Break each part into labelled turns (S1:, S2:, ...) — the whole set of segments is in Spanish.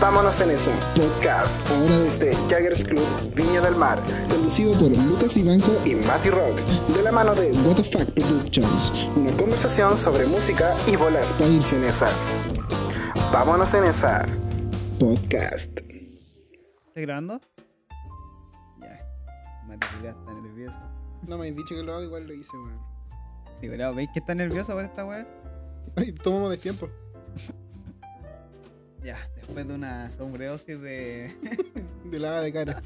S1: Vámonos en eso. Podcast. Ahora desde Jaggers Club Viña del Mar.
S2: Conducido por Lucas Ibanco
S1: y Matty Rock. De la mano de
S2: What the Fuck Productions.
S1: Una conversación sobre música y bolas para irse en esa. Vámonos en esa. Podcast.
S3: ¿Estás grabando? Ya. Mati, ya está nervioso.
S2: No me han dicho que lo hago, igual lo hice, weón.
S3: Sí, pero ¿veis que está nervioso por esta weá?
S2: Ay, tomamos de tiempo.
S3: Ya, después de una sobredosis de.
S2: De lava de cara.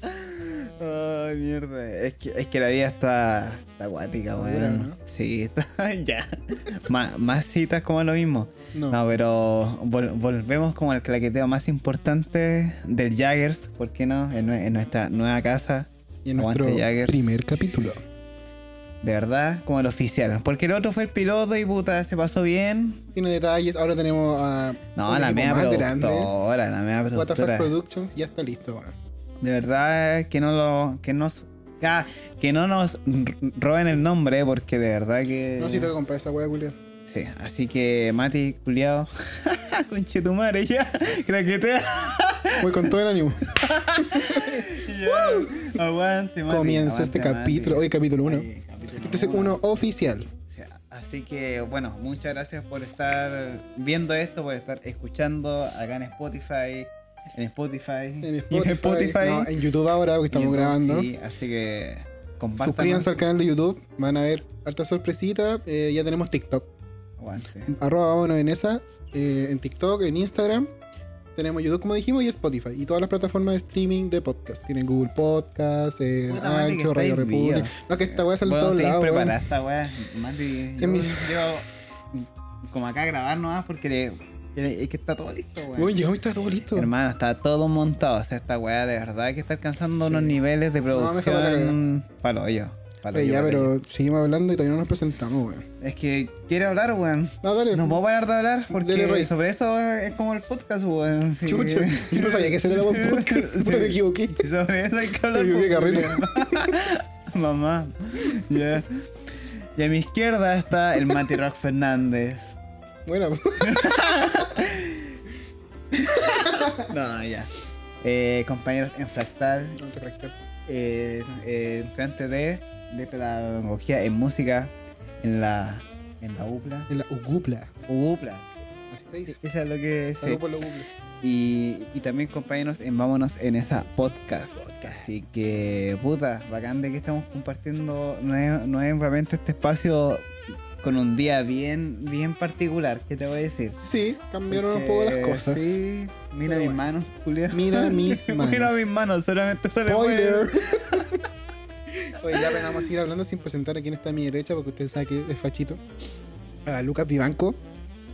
S3: Ay, mierda. Es que, es que la vida está. Está acuática,
S2: Dura,
S3: weón.
S2: ¿no?
S3: Sí, está. ya. Má- más citas como lo mismo.
S2: No.
S3: No, pero vol- volvemos como al claqueteo más importante del Jaggers, ¿por qué no? En, nue- en nuestra nueva casa,
S2: y en nuestro
S3: aguante, Jagger.
S2: primer capítulo.
S3: de verdad, como el oficial. Porque el otro fue el piloto y puta, se pasó bien.
S2: Tiene detalles, ahora tenemos a.
S3: No,
S2: un
S3: la
S2: equipo
S3: media
S2: más grande.
S3: productora, la media
S2: What the Fuck
S3: productora.
S2: Productions ya está listo, weón.
S3: De verdad que no lo. que nos. ah, que no nos r- roben el nombre, porque de verdad que.
S2: No si tengo que comprar esa weá, Julián.
S3: Sí, así que Mati, culiao. Conchetumare, ya. Craquetea.
S2: Voy con todo el ánimo.
S3: Ya. Aguante, Mati.
S2: Comienza este
S3: aguante, Mati.
S2: capítulo. Hoy capítulo 1.
S3: Ay, capítulo
S2: Este es
S3: uno.
S2: uno oficial.
S3: O sea, Así que bueno, muchas gracias por estar viendo esto, por estar escuchando acá en Spotify, en Spotify,
S2: En
S3: y
S2: Spotify. No, en YouTube ahora, porque estamos
S3: YouTube,
S2: grabando.
S3: sí, así que compartan.
S2: Suscríbanse al canal de YouTube. Van a ver harta sorpresita. Eh, ya tenemos TikTok.
S3: Aguante.
S2: Arroba vámonos en esa. eh, en TikTok, en Instagram. Tenemos YouTube, como dijimos, y Spotify. Y todas las plataformas de streaming de podcast. Tienen Google Podcast, eh,
S3: Puta madre, que
S2: Ancho, Radio
S3: estáis
S2: República.
S3: vivos.
S2: No, que esta weá sale en
S3: Vos
S2: todos
S3: no
S2: lados. weón.
S3: preparada esta weá, Mati. Yo,
S2: mi-
S3: yo, como acá a grabar nomás porque le- le- es que está todo listo, weón.
S2: Weón, ya hoy está todo listo.
S3: Hermano, está todo montado. O sea, esta weá de verdad hay que está alcanzando unos niveles de
S2: No, me está
S3: producción. palo yo. Palo
S2: Eh,
S3: yo,
S2: ya,
S3: palo yo.
S2: pero seguimos hablando y todavía no nos presentamos, weón.
S3: Es que quiere hablar, weón.
S2: No, dale.
S3: No puedo parar de hablar porque
S2: Dele, Rey.
S3: sobre eso es como el podcast, weón. Sí.
S2: Chucha, yo no sabía que ese era el podcast. Puta, me equivoqué.
S3: Sí, sobre eso hay que hablar.
S2: Me equivoqué,
S3: pues,
S2: Carrera.
S3: weón. Mamá. Ya. Y a mi izquierda está el Mati Rock Fernández.
S2: Bueno,
S3: No, ya. Eh, compañeros en Fractal,
S2: no te rectas.
S3: eh, eh, estudiante de, de pedagogía en música en la en la UPLA.
S2: En la Ugupla.
S3: UPLA.
S2: Así se dice.
S3: Esa es lo que se-
S2: Salud por la Ugupla.
S3: Y, y también compañeros en Vámonos en esa podcast. Así que, puta, bacán de que estamos compartiendo nue- nuevamente este espacio con un día bien, bien particular, ¿qué te voy a decir?
S2: Sí, cambiaron un
S3: Porque-
S2: poco las cosas.
S3: Sí, mira
S2: Pero
S3: mis
S2: bueno.
S3: manos, Julián.
S2: Mira mis
S3: mira
S2: manos.
S3: mis manos, solamente se le
S2: Spoiler. Oye, ya pero vamos a seguir hablando sin presentar a quién está a mi derecha, porque ustedes saben que es fachito. A Lucas Vivanco,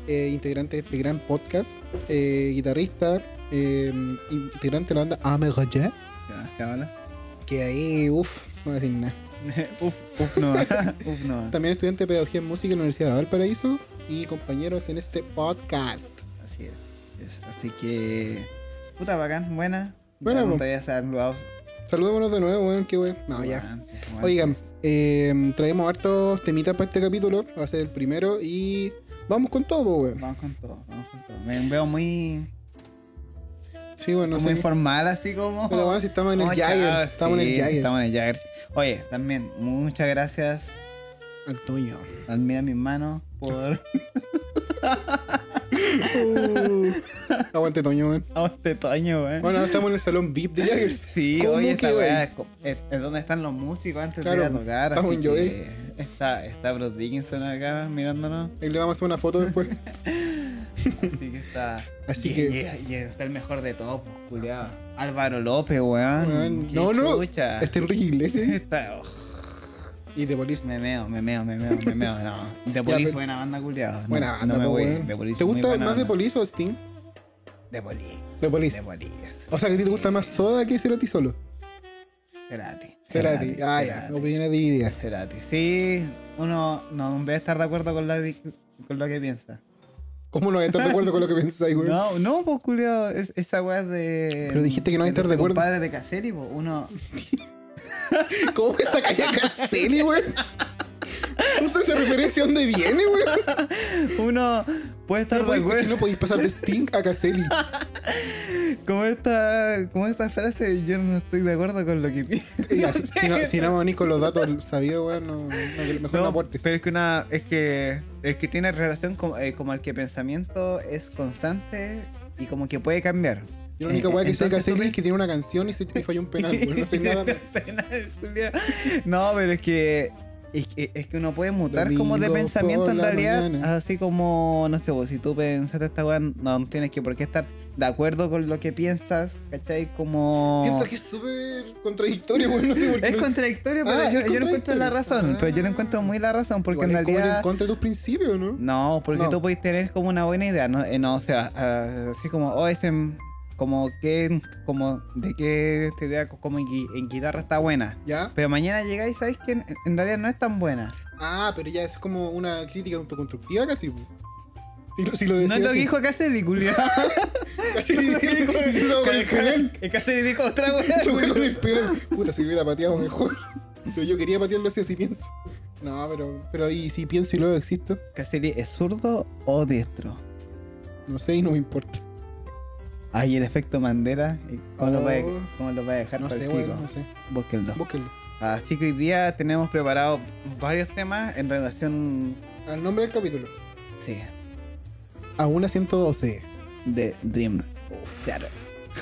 S2: eh, integrante de este gran podcast, eh, guitarrista, eh, integrante de la banda Amegaye,
S3: puede- Ya, cámara.
S2: que ahí, uff, no voy a decir nada.
S3: uf, uf, no, uf, no.
S2: También estudiante de Pedagogía en Música en la Universidad de Valparaíso y compañeros en este podcast.
S3: Así es. es- Así que, puta, bacán, buena.
S2: Buena,
S3: Ya no
S2: po.
S3: te había saludado.
S2: Saludémonos de nuevo, weón, qué weón. No, Ah, ya.
S3: Aguante, aguante.
S2: Oigan, eh, traemos hartos temitas para este capítulo, va a ser el primero y vamos con todo, po, weón.
S3: Vamos con todo, vamos con todo. Me veo muy,
S2: Sí, bueno, no
S3: muy
S2: sé.
S3: formal así como.
S2: Pero bueno, si estamos en el
S3: Como
S2: Jaggers,
S3: chavos,
S2: estamos en
S3: sí,
S2: el Jaggers.
S3: Estamos en el Jaggers. Oye, también, muchas gracias,
S2: Antonio.
S3: admira mis manos, por
S2: Uh, aguante, Toño, weón.
S3: a este Toño, weón.
S2: Bueno, ahora estamos en el salón VIP de Jaggers.
S3: sí,
S2: ¿cómo
S3: oye, esta
S2: quedó ahí?
S3: weá es, co- es- es donde están los músicos antes
S2: Claro,
S3: de ir a tocar.
S2: estamos
S3: así
S2: en
S3: que
S2: Joey.
S3: está, está Bruce Dickinson acá mirándonos.
S2: Ahí le vamos a hacer una foto después.
S3: Así que está.
S2: Así
S3: y,
S2: que- Ah.
S3: y- y está el mejor de todos, pues, culiao. Álvaro López, weón.
S2: Weón,
S3: Ah, Qué
S2: no, no. este
S3: chucha.
S2: Está Enrique Iglesias
S3: Está- oh.
S2: y de Police.
S3: Me meo, me meo, me meo, me meo, no. The Police,
S2: pero-
S3: buena banda, culiado. No,
S2: Buena banda,
S3: no me
S2: po,
S3: voy.
S2: weón.
S3: The Police,
S2: ¿Te
S3: muy
S2: gusta
S3: buena
S2: más de
S3: banda.
S2: Police o Sting?
S3: The Police.
S2: De
S3: The
S2: Police.
S3: Police.
S2: O sea, que a ti te gusta más soda que Cerati solo.
S3: Cerati.
S2: Cerati. Ah, ya.
S3: Cerati.
S2: Opiniones divididas.
S3: Cerati. Sí, uno no debe estar de acuerdo con, la, vi- con lo que piensa.
S2: ¿Cómo no vas a estar de acuerdo con lo que pensáis, weón?
S3: No, no, pues, culiado. Es, esa weá es de.
S2: Pero dijiste que no vas a estar de acuerdo.
S3: Padre de Caselli, pues, uno.
S2: ¿Cómo esa calle Caselli, weón? ¿Usa esa referencia a dónde viene, weón?
S3: Uno puede estar
S2: No
S3: de
S2: podéis-
S3: acuerdo.
S2: no podéis pasar de Sting a Caselli.
S3: como esta, como esta frase, yo no estoy de acuerdo con lo que pienso.
S2: Ya, si, si no, si no vamos ni con los datos sabidos, weón, no, no- mejor no,
S3: No,
S2: aportes.
S3: Pero es que una, es que es que tiene relación con, eh, como el que pensamiento es constante y como que puede cambiar.
S2: Yo la única weá que sé que
S3: Entonces,
S2: hacer
S3: ¿tú
S2: es
S3: ves?
S2: que tiene una canción y se y falló un penal, weón. Ah, pues No sé nada
S3: este
S2: más.
S3: Penal, Julián. No, pero es que, es que es que uno puede mutar como de
S2: Domingo
S3: pensamiento
S2: por
S3: en
S2: la
S3: realidad,
S2: mañana.
S3: así como no sé, vos, si tú pensaste esta weá, no tienes que por qué estar de acuerdo con lo que piensas, ¿cachai? Como
S2: Siento que es súper contradictorio, weón. No sé por qué.
S3: es
S2: no-
S3: contradictorio, pero
S2: Ah,
S3: yo-
S2: es
S3: yo, no encuentro
S2: contradictorio.
S3: la razón, pero yo no
S2: Ah.
S3: encuentro muy la razón porque
S2: Igual
S3: en
S2: es como ir
S3: realidad
S2: en contra de tus principios, ¿no?
S3: No, porque
S2: No.
S3: tú podés tener como una buena idea, no, Eh, no o sea, ah, así como, oh, ese, mm, como que, como, de que esta idea co- como en, gui- en guitarra está buena.
S2: ¿Ya?
S3: Pero mañana llegáis y sabéis que en, en realidad no es tan buena.
S2: Ah, pero ya es como una crítica autoconstructiva casi, po. Si, lo- si lo
S3: No es
S2: decía
S3: lo que
S2: así.
S3: dijo Cassidy, culiao.
S2: Casi lo dijo. Eso con el penal.
S3: Cassidy dijo otra
S2: Eso fue con
S3: buena.
S2: el penal. Puta, si hubiera pateado mejor. Pero yo quería patearlo así, así pienso. No, pero, pero ¿y si pienso y luego existo?
S3: Cassidy, ¿es zurdo o diestro?
S2: No sé y no me importa.
S3: Ay, el efecto Mandela, ¿y ¿cómo, lo, va a,
S2: Oh.
S3: cómo lo va a dejar
S2: No
S3: para
S2: sé,
S3: el
S2: bueno,
S3: pico?
S2: no sé.
S3: Búsquenlo.
S2: Búsquenlo.
S3: Así que hoy día tenemos preparado varios temas en relación,
S2: Al nombre del capítulo.
S3: sí,
S2: A una 112.
S3: de Dream. Claro.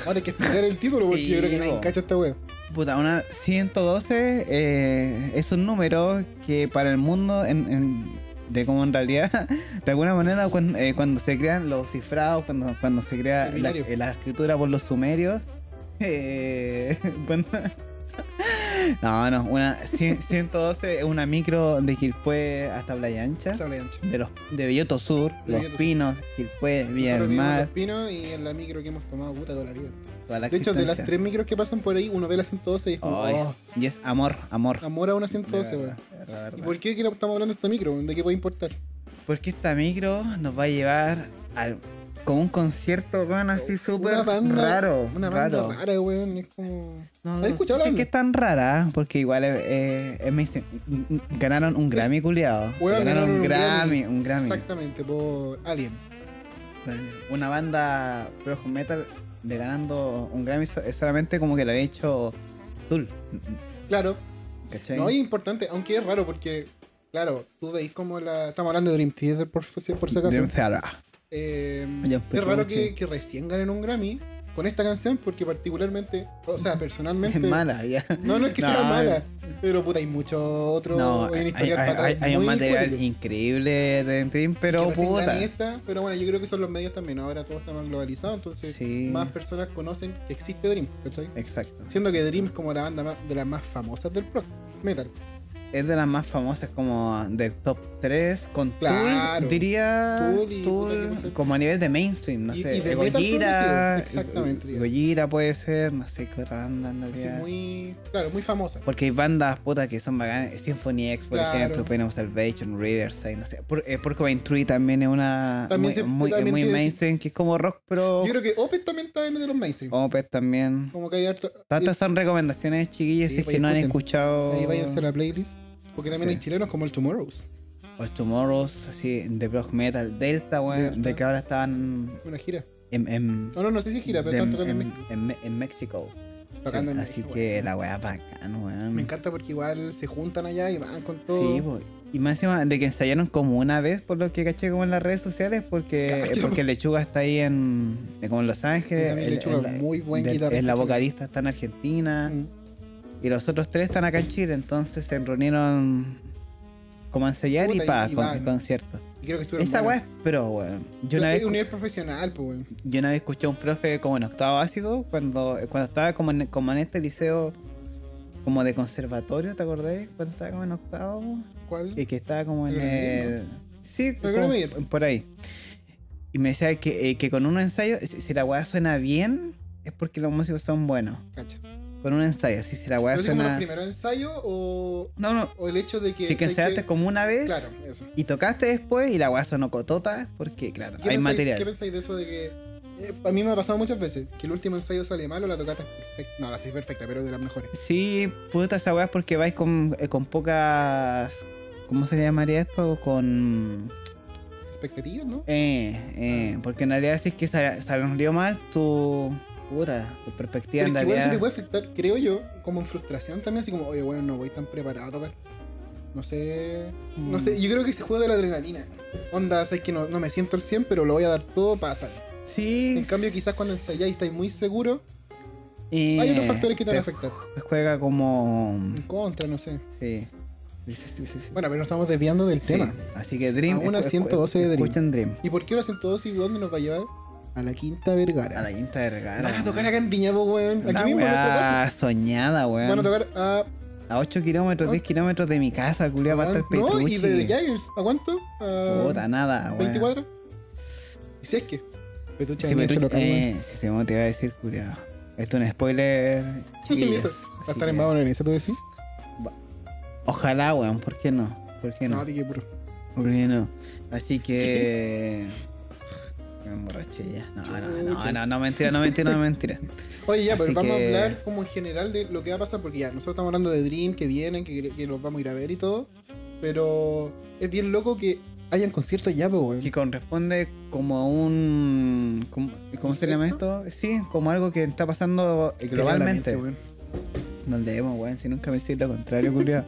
S2: Ahora hay que explicar el título porque
S3: Sí,
S2: yo creo que nadie
S3: po.
S2: cacha esta wea.
S3: Puta, una 112 eh, es un número que para el mundo, en, en- de como en realidad, de alguna manera, cuan- eh, cuando, se crean los cifrados, cuando, cuando se crea
S2: El
S3: la,
S2: binario.
S3: eh, la escritura por los sumerios, eh, cuando- no, no, una cien- 112 es una micro de Quilpué hasta Playa Ancha,
S2: Esta habla ancha.
S3: de, los, de Belloto Sur,
S2: De
S3: Los
S2: Belloto Sur.
S3: Pinos, Quilpué, Villa del
S2: Nosotros vivimos en
S3: Mar,
S2: Los Pinos y en la micro que hemos tomado puta toda la vida.
S3: toda la
S2: De hecho, de las
S3: existencia.
S2: tres micros que pasan por ahí, uno ve la 112 y es como,
S3: Ay,
S2: oh,
S3: Y es amor, amor.
S2: amor a una
S3: De
S2: 112,
S3: verdad,
S2: weón.
S3: de verdad.
S2: ¿Y por qué que no estamos hablando de esta micro? ¿De qué puede importar?
S3: Porque esta micro nos va a llevar al, con un concierto, weón, así súper
S2: Una banda-
S3: raro.
S2: Una
S3: raro.
S2: banda rara, weón. Es como.
S3: No,
S2: ¿Has
S3: no
S2: escuchado
S3: sé
S2: la
S3: si es que
S2: banda?
S3: es tan rara, ¿eh? porque igual es, eh, es mainstream. Mm, mm, Ganaron un Grammy, culiado.
S2: Weón,
S3: Ganaron un
S2: Grammy.
S3: Grammy, un Grammy.
S2: Exactamente, por Alien.
S3: Una banda pro metal de ganando un Grammy so- es solamente como que lo había hecho Tool.
S2: Claro.
S3: ¿Cachai?
S2: No, es importante, aunque es raro porque. Claro, tú veis como la. Estamos hablando de Dream Theater por, si- por si acaso.
S3: Dream Theater.
S2: Eh,
S3: Ya,
S2: es
S3: pero
S2: raro
S3: sí.
S2: que, que recién ganen un Grammy con esta canción porque particularmente, o sea, personalmente...
S3: Es mala, ya.
S2: No, no es que sea
S3: No,
S2: mala, pero puta, hay mucho otro...
S3: No, hay,
S2: una
S3: hay-
S2: historia
S3: hay-
S2: patada
S3: hay un
S2: muy
S3: material
S2: cuático.
S3: increíble de Dream,
S2: Que
S3: pero
S2: recién
S3: puta.
S2: ganen esta, pero bueno, yo creo que son los medios también, ahora todo está más globalizado, entonces
S3: Sí.
S2: más personas conocen que existe Dream, ¿cachai?
S3: Exacto.
S2: Siendo que Dream es como la banda más- de las más famosas del pro metal.
S3: Es de las más famosas, como del top 3. Con Tool,
S2: Claro.
S3: diría.
S2: Tool y puta, ¿qué puede ser?
S3: como a nivel de mainstream, no
S2: Y-
S3: sé.
S2: y de metal
S3: Gojira.
S2: progresivo, exactamente, diría.
S3: Gojira puede ser, no sé qué otra banda en
S2: Así
S3: realidad.
S2: muy... Claro, muy famosa.
S3: Porque hay bandas putas que son bacanas. Symphony X, por
S2: Claro.
S3: ejemplo, Pain of Salvation, Riverside, no sé. Por, eh, Porcupine Tree también es una.
S2: También
S3: muy,
S2: se-
S3: muy-
S2: también
S3: muy
S2: tiene-
S3: mainstream, que es como rock, pero.
S2: Yo creo que Opeth también está en de los mainstream.
S3: Opeth también.
S2: Como que hay harto...
S3: Todas estas son recomendaciones, chiquillos,
S2: Sí,
S3: si es
S2: pues,
S3: que no han
S2: escuchen.
S3: escuchado.
S2: Ahí váyanse a la playlist. Porque también
S3: Sí.
S2: hay chilenos como el Tomorrow's.
S3: All Tomorrow's, así, de Block Metal, Delta, weón,
S2: Delta.
S3: de que ahora estaban
S2: Una gira.
S3: en, en,
S2: No, no, no sé si gira, pero
S3: de-
S2: están tocando en
S3: en-
S2: México.
S3: en Me- en México.
S2: Tocando en
S3: em, así
S2: México,
S3: que
S2: weón.
S3: la weá bacán, weón.
S2: Me encanta porque igual se juntan allá y van con todo.
S3: Sí, pues, po. Y más encima de que ensayaron como una vez, por lo que caché como en las redes sociales, porque, eh,
S2: Cacho.
S3: porque Lechuga está ahí en, como en Los Ángeles.
S2: Y también
S3: el-
S2: Lechuga,
S3: el-
S2: muy buen
S3: del-
S2: guitarrista
S3: el- La
S2: chileno.
S3: vocalista está en Argentina.
S2: Mm.
S3: Y los otros tres están acá en Chile, entonces se reunieron como a ensayar y
S2: Puta,
S3: pa,
S2: y
S3: con,
S2: van.
S3: concierto.
S2: Y creo que estuvieron.
S3: Esa weá
S2: buenos.
S3: es pro, weón. Yo una
S2: Es
S3: vez
S2: un nivel profesional, pues, weón.
S3: Yo una vez escuché a un profe como en octavo básico, cuando, cuando estaba como en, como en este liceo como de conservatorio, ¿te acordáis? Cuando estaba como en octavo
S2: ¿Cuál?
S3: y que estaba como en
S2: Agronomía, ¿no?
S3: el... Sí,
S2: Pero creo
S3: como
S2: que-
S3: por ahí. Y me decía que, eh, que con un ensayo, si, si la weá suena bien, es porque los músicos son buenos.
S2: Cacha.
S3: Con un ensayo, si, si la weá
S2: ¿Pero así como los
S3: suena...
S2: primeros ensayos o,
S3: No, no,
S2: o el hecho de que.
S3: si que
S2: sé
S3: ensayaste como una vez
S2: Claro, eso.
S3: y tocaste después y la weá sonó cotota, porque claro,
S2: ¿Qué
S3: hay
S2: pensáis- ¿Qué
S3: material.
S2: pensáis de eso de que.? eh, a mí me ha pasado muchas veces que el último ensayo sale mal o la tocata es perfecta. No, la sí es perfecta, pero es de las mejores.
S3: Sí, puta esa weá es porque vais con, eh, con pocas... ¿Cómo se le llamaría esto? Con...
S2: expectativas, ¿no?
S3: Eh, eh, porque en realidad si es que sal- salió mal, tu puta, tu perspectiva
S2: Pero es
S3: en
S2: que igual eso te
S3: realidad.
S2: puede afectar, creo yo, como en frustración también, así como, oye, bueno, no voy tan preparado a tocar. No sé. No
S3: Mm.
S2: sé, yo creo que se juega de la adrenalina. Onda, sabes que no, no me siento al 100, pero lo voy a dar todo para salir.
S3: Sí.
S2: En cambio, quizás cuando ensayáis y estáis muy seguros,
S3: eh,
S2: hay otros factores que te van a
S3: te
S2: afectar.
S3: Juega como.
S2: En contra, no sé.
S3: Sí. Sí, sí, sí, sí, sí.
S2: Bueno, pero nos estamos desviando del
S3: Sí,
S2: tema.
S3: Así que Dream.
S2: Aún a
S3: escu- escu-
S2: 112 de Dream.
S3: Escuchen Dream.
S2: ¿Y por qué ahora hacen todos y dónde nos va a llevar? A la Quinta Vergara.
S3: A la quinta de regalo.
S2: Van a tocar acá en Viñapo, weón. Aquí
S3: La
S2: mismo en nuestra casa.
S3: weá soñada, weón.
S2: Van a tocar a.
S3: A 8 kilómetros, 10 kilómetros de mi casa, culia, va a estar
S2: Ah. no, y
S3: Petrucci.
S2: de The Jaggers. ¿A cuánto? A
S3: Puta, nada, weón.
S2: 24. Y si es que. Petucha
S3: Ah, Si
S2: en
S3: me
S2: este
S3: tu-
S2: local, weón.
S3: eh, si se me te iba a decir, culiao. Esto es un spoiler. chiquillos.
S2: Eso. Va a
S3: Así
S2: estar
S3: que-
S2: en Madonna en eso, tú decís.
S3: Ojalá, weón, ¿por qué no? ¿Por qué no?
S2: No, tío, qué puro.
S3: ¿Por qué no? Así que. Me emborraché ya. No, no, no,
S2: Chucha.
S3: no, no, mentira, no, mentira, no, mentira.
S2: Oye, ya,
S3: Así
S2: pero vamos
S3: que-
S2: a hablar como en general de lo que va a pasar, porque ya, nosotros estamos hablando de Dream, que vienen, que, que los vamos a ir a ver y todo, pero es bien loco que hayan conciertos ya, pues,
S3: Que corresponde como a un. como- ¿Cómo se llama esto? Sí, como algo que está pasando globalmente. Donde vemos, weón, si nunca me decís lo contrario, culiao.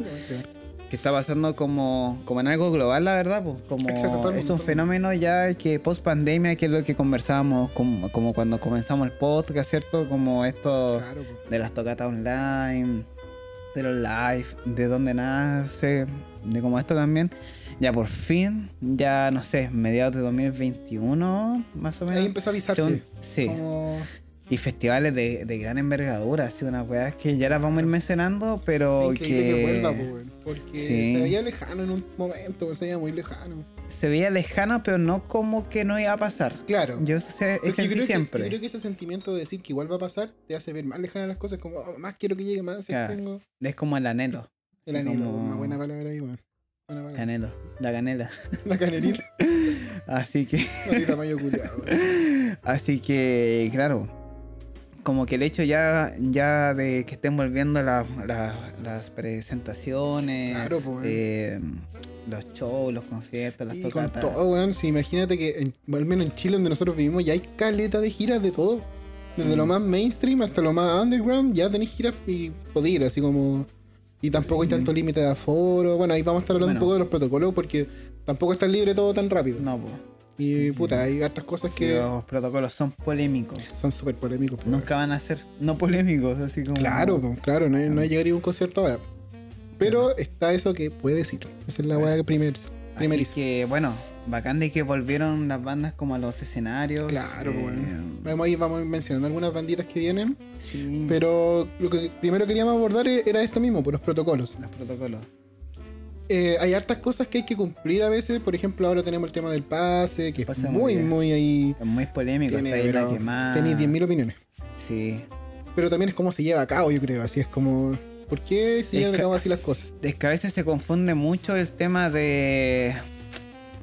S3: que está pasando como, como en algo global, la verdad, pues, como
S2: Exacto, todo el
S3: es un
S2: mundo, todo el mundo.
S3: fenómeno ya que post pandemia, que es lo que conversábamos como, como cuando comenzamos el podcast, ¿cierto? Como esto
S2: Claro, pues.
S3: de las tocatas online, de los live, de dónde nace, de como esto también. Ya por fin, ya no sé, mediados de 2021, más o
S2: Ahí
S3: menos.
S2: empezó a avisarse.
S3: Según- sí,
S2: Como...
S3: y festivales de, de gran envergadura, así unas weas que ya las vamos a ir mencionando, pero
S2: Increíble que, vuelva, pues, weón, porque
S3: Sí.
S2: se veía lejano en un momento, weón, se veía muy lejano.
S3: se veía lejano, pero no como que no iba a pasar.
S2: Claro.
S3: Yo eso sé,
S2: Porque
S3: sentí
S2: creo que-
S3: siempre.
S2: yo creo que ese sentimiento de decir que igual va a pasar te hace ver más lejanas las cosas, como oh, más quiero que llegue, más
S3: Claro.
S2: tengo
S3: Es como el anhelo.
S2: el
S3: Sí,
S2: anhelo,
S3: como-
S2: una buena palabra ahí, weón. Buena palabra.
S3: Canelo. La canela.
S2: La canelita.
S3: Así que.
S2: No, tamaño culiado.
S3: Así que, claro. Como que el hecho ya, ya de que estén volviendo la- la- las presentaciones,
S2: Claro, po, weón.
S3: eh, los shows, los conciertos, las
S2: Y con
S3: tocatas.
S2: todo, weón. Si imagínate que, en- al menos en Chile, donde nosotros vivimos, ya hay caleta de giras de todo. Desde
S3: Mm.
S2: lo más mainstream hasta lo más underground, ya tenéis giras y podéis ir, así como. Y tampoco hay tanto límite de aforo. Bueno, ahí vamos a estar hablando
S3: Mm. Bueno.
S2: un poco de los protocolos porque tampoco está libre todo tan rápido.
S3: No, po.
S2: Y puta, hay otras cosas que
S3: Los protocolos son polémicos.
S2: son súper polémicos. po,
S3: Nunca van a ser no polémicos, así como.
S2: weón. Claro, po, claro, no hay, no hay llegar a ir a un concierto ahora. Pero está eso que puedes ir. Esa es la weá que primer,
S3: Así
S2: primeriza.
S3: que bueno, bacán de que volvieron las bandas como a los escenarios.
S2: Claro,
S3: eh,
S2: weón. Vamos a ir- vamos a ir mencionando algunas banditas que vienen.
S3: sí,
S2: Pero lo que primero queríamos abordar e- era esto mismo, por los protocolos.
S3: los protocolos.
S2: Eh, hay hartas cosas que hay que cumplir a veces. Por ejemplo, ahora tenemos el tema del pase, que es
S3: Pase de
S2: muy,
S3: movilidad.
S2: muy ahí.
S3: Es muy polémico,
S2: Tiene,
S3: está ahí la
S2: pero
S3: quemada.
S2: Tenéis 10.000 opiniones.
S3: Sí.
S2: Pero también es cómo se lleva a cabo, yo creo. Así es como. ¿Por qué se
S3: Es
S2: llevan a
S3: que-
S2: cabo así las cosas?
S3: Es que a veces se confunde mucho el tema de.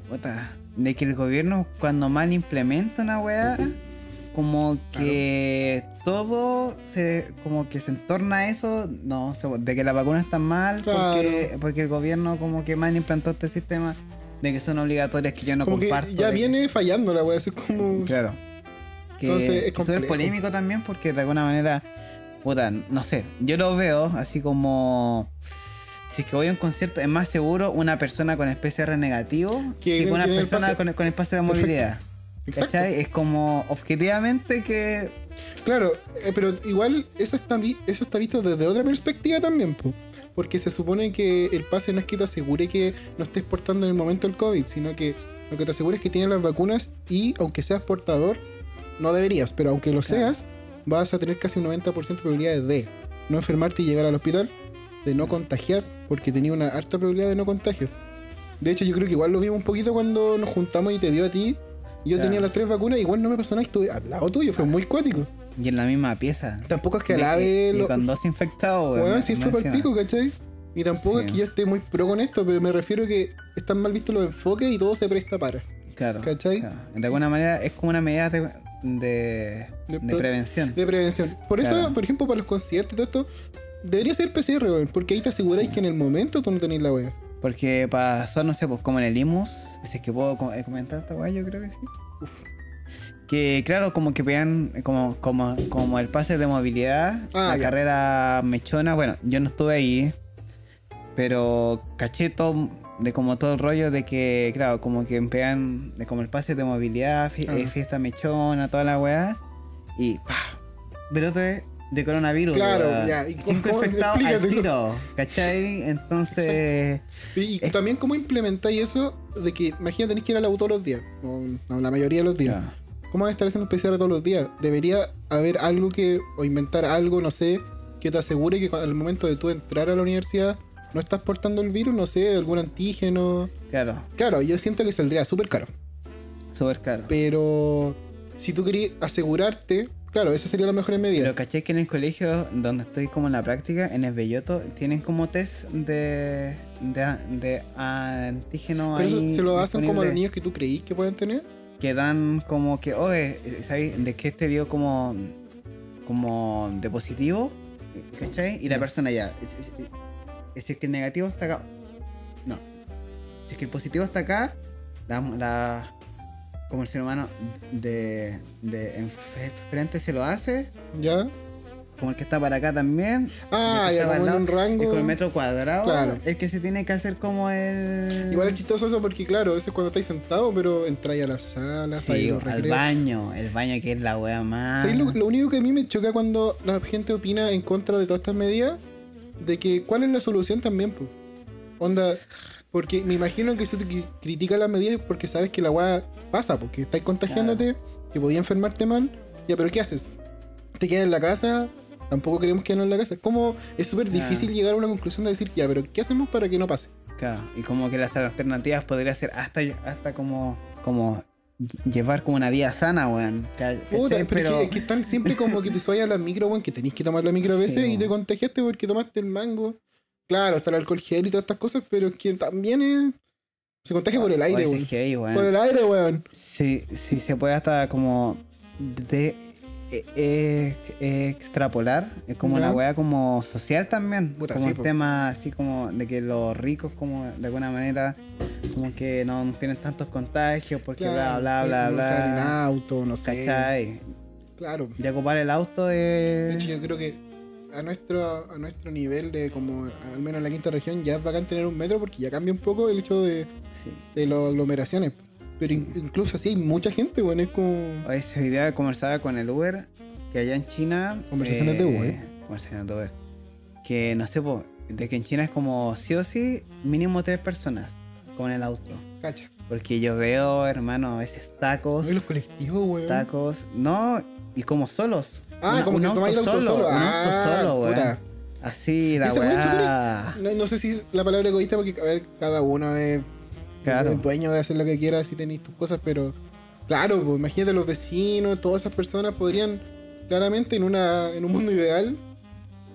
S3: puta, de que el gobierno, cuando mal implementa una weá, como que todo se. como que se entorna a eso. No, se- de que la vacuna está mal, porque,
S2: Claro.
S3: porque el gobierno como que mal implantó este sistema. De que son obligatorias que yo no
S2: como que
S3: comparto.
S2: ya
S3: de que-
S2: viene fallando la wea. Eso es como.
S3: Claro. Que,
S2: Entonces, es
S3: que es súper
S2: complejo.
S3: polémico también porque de alguna manera, puta, no sé, yo lo veo así como... Si es que voy a un concierto, es más seguro una persona con el PCR negativo
S2: Que-
S3: que,
S2: que
S3: una
S2: tiene el
S3: persona
S2: pase.
S3: con el, con el pase de
S2: Perfecto.
S3: movilidad.
S2: Exacto.
S3: ¿Cachai? Es como objetivamente que...
S2: Claro, eh, pero igual eso está, vi- eso está visto desde otra perspectiva también, po. porque se supone que el pase no es que te asegure que no estés portando en el momento el COVID, sino que lo que te asegura es que tienes las vacunas y aunque seas portador, no deberías, pero aunque lo
S3: Claro.
S2: seas, vas a tener casi un 90% de probabilidades de no enfermarte y llegar al hospital, de no contagiar, porque tenía una alta probabilidad de no contagio. De hecho, yo creo que igual lo vimos un poquito cuando nos juntamos y te dio a ti. y Yo
S3: Claro.
S2: tenía las tres vacunas, igual no me pasó nada, estuve al lado tuyo, fue muy cuático.
S3: Y en la misma pieza.
S2: Tampoco es que
S3: Y- y-
S2: alabe
S3: y
S2: lo.
S3: con dos infectados, weón,
S2: Weón, si
S3: más
S2: fue para el
S3: encima.
S2: pico, ¿cachai? Y tampoco
S3: Sí.
S2: es que yo esté muy pro con esto, pero me refiero que están mal vistos los enfoques y todo se presta para.
S3: Claro.
S2: ¿Cachai?
S3: claro. De alguna manera es como una medida de, de,
S2: De
S3: de
S2: pro-
S3: prevención.
S2: De prevención. Por eso,
S3: Claro.
S2: por ejemplo, para los conciertos y todo esto, debería ser PCR, weón, porque ahí te aseguráis que en el momento tú no tenés la wea.
S3: Porque pasó, no sé, pues como en el IMUS, si es que puedo com- eh, comentar esta weá, yo creo que sí. Que claro, como que vean, como, como, como el pase de movilidad,
S2: Ah,
S3: la
S2: ya.
S3: carrera mechona, bueno, yo no estuve ahí, pero caché todo de como todo el rollo de que, claro, como que empean, de como el pase de movilidad, fi-
S2: Claro.
S3: eh, fiesta mechona, toda la weá, y pa, brote de coronavirus.
S2: Claro,
S3: weá.
S2: ya, y
S3: Cinco
S2: cómo-
S3: infectados al
S2: explícatelo.
S3: tiro, ¿cachai? Entonces...
S2: Y, y
S3: Es-
S2: también cómo implementáis eso de que, imagina, tenéis que ir al auto todos los días, o no, la mayoría de los días.
S3: ya.
S2: ¿Cómo vas a estar haciendo un PCR todos los días? Debería haber algo que, o inventar algo, no sé, que te asegure que cu- al momento de tú entrar a la universidad no estás portando el virus, no sé, algún antígeno.
S3: Claro,
S2: Claro, yo siento que saldría súper caro,
S3: súper caro.
S2: pero si tú querías asegurarte, claro, esa sería la mejor medida.
S3: Pero caché que en el colegio donde estoy como en la práctica, en el Belloto, tienen como test de, de, de antígeno
S2: Pero eso
S3: ahí
S2: se lo hacen como a los
S3: disponible,
S2: niños que tú creís que pueden tener.
S3: Que dan como que, oye, ¿sabes de qué te dio como, como de positivo? ¿Cachai? Y la persona ya, es- es- es- si es que el negativo está acá, no. Si es que el positivo está acá, la, la- como el ser humano de, de enf- frente se lo hace
S2: ¿Ya?
S3: Mm. como el que está para acá también.
S2: Ah,
S3: el que
S2: ya
S3: está para
S2: como en
S3: al
S2: un
S3: lado,
S2: rango.
S3: Y con el metro cuadrado,
S2: Claro.
S3: el que se tiene que hacer como el.
S2: Igual es chistoso eso porque, claro, eso es cuando estáis sentado, pero entráis a la sala,
S3: Sí,
S2: estáis en
S3: o
S2: los
S3: al
S2: recreos.
S3: baño, el baño que es la wea más.
S2: ¿Sabéis lo, lo único que a mí me choca cuando la gente opina en contra de todas estas medidas? De que cuál es la solución también, po? Onda, porque me imagino que si tú cri- criticas las medidas es porque sabes que la weá pasa, porque estáis contagiándote, que podía enfermarte mal. Ya, pero ¿qué haces? ¿Te quedas en la casa? Tampoco queremos quedarnos en la casa. Como es súper
S3: Claro.
S2: difícil llegar a una conclusión de decir, ya, pero ¿qué hacemos para que no pase?
S3: Claro, Y como que las alternativas podría ser hasta, hasta como, como ll- llevar como una vida sana, weón. ca-
S2: Puta,
S3: ¿cachai?
S2: pero, es que- es que, están siempre como que te subáis a la micro, weón, que tenéis que tomar la micro a veces
S3: Sí,
S2: y te
S3: weón.
S2: contagiaste porque tomaste el mango. Claro, está el alcohol gel y todas estas cosas, pero es que también es- se contagia por el
S3: o
S2: aire,
S3: ese
S2: weón.
S3: gay, weón.
S2: Por el aire, weón.
S3: Sí, sí, se puede hasta como de eh, eh, eh, extrapolar, es como
S2: Ya.
S3: una wea como social también,
S2: Puta,
S3: como
S2: sí,
S3: un
S2: po.
S3: tema así como de que los ricos como de alguna manera como que no tienen tantos contagios porque
S2: Claro,
S3: bla
S2: eh,
S3: bla bla
S2: no salen en
S3: bla.
S2: auto, no sé.
S3: ¿Cachai?
S2: Claro.
S3: Ya ocupar el auto
S2: De hecho,
S3: es
S2: yo creo que a nuestro, a nuestro nivel de como, al menos en la quinta región, ya es bacán tener un metro porque ya cambia un poco el hecho de,
S3: sí.
S2: de las aglomeraciones. Pero in- incluso así hay mucha gente, weón, es como...
S3: Hoy esa idea conversaba con el Uber, que allá en China. eh,
S2: Conversaciones de Uber.
S3: Conversaciones de Uber. Que no sé, po, de que en China es como sí o sí, mínimo tres personas con el auto.
S2: Cacha.
S3: Porque yo veo, hermano, a veces tacos,
S2: Ay, los colectivos, weón.
S3: tacos, no, y como solos.
S2: Ah,
S3: Una-
S2: como
S3: un
S2: que
S3: auto
S2: tomáis el auto solo.
S3: Un
S2: Ah,
S3: auto solo, weón.
S2: puta.
S3: Así, la
S2: Ese weón es
S3: weá.
S2: No, no sé si es la palabra egoísta porque, a ver, cada uno es,
S3: Claro.
S2: es dueño de hacer lo que quiera si tenéis tus cosas, pero claro, pues, imagínate los vecinos, todas esas personas podrían claramente en, una, en un mundo ideal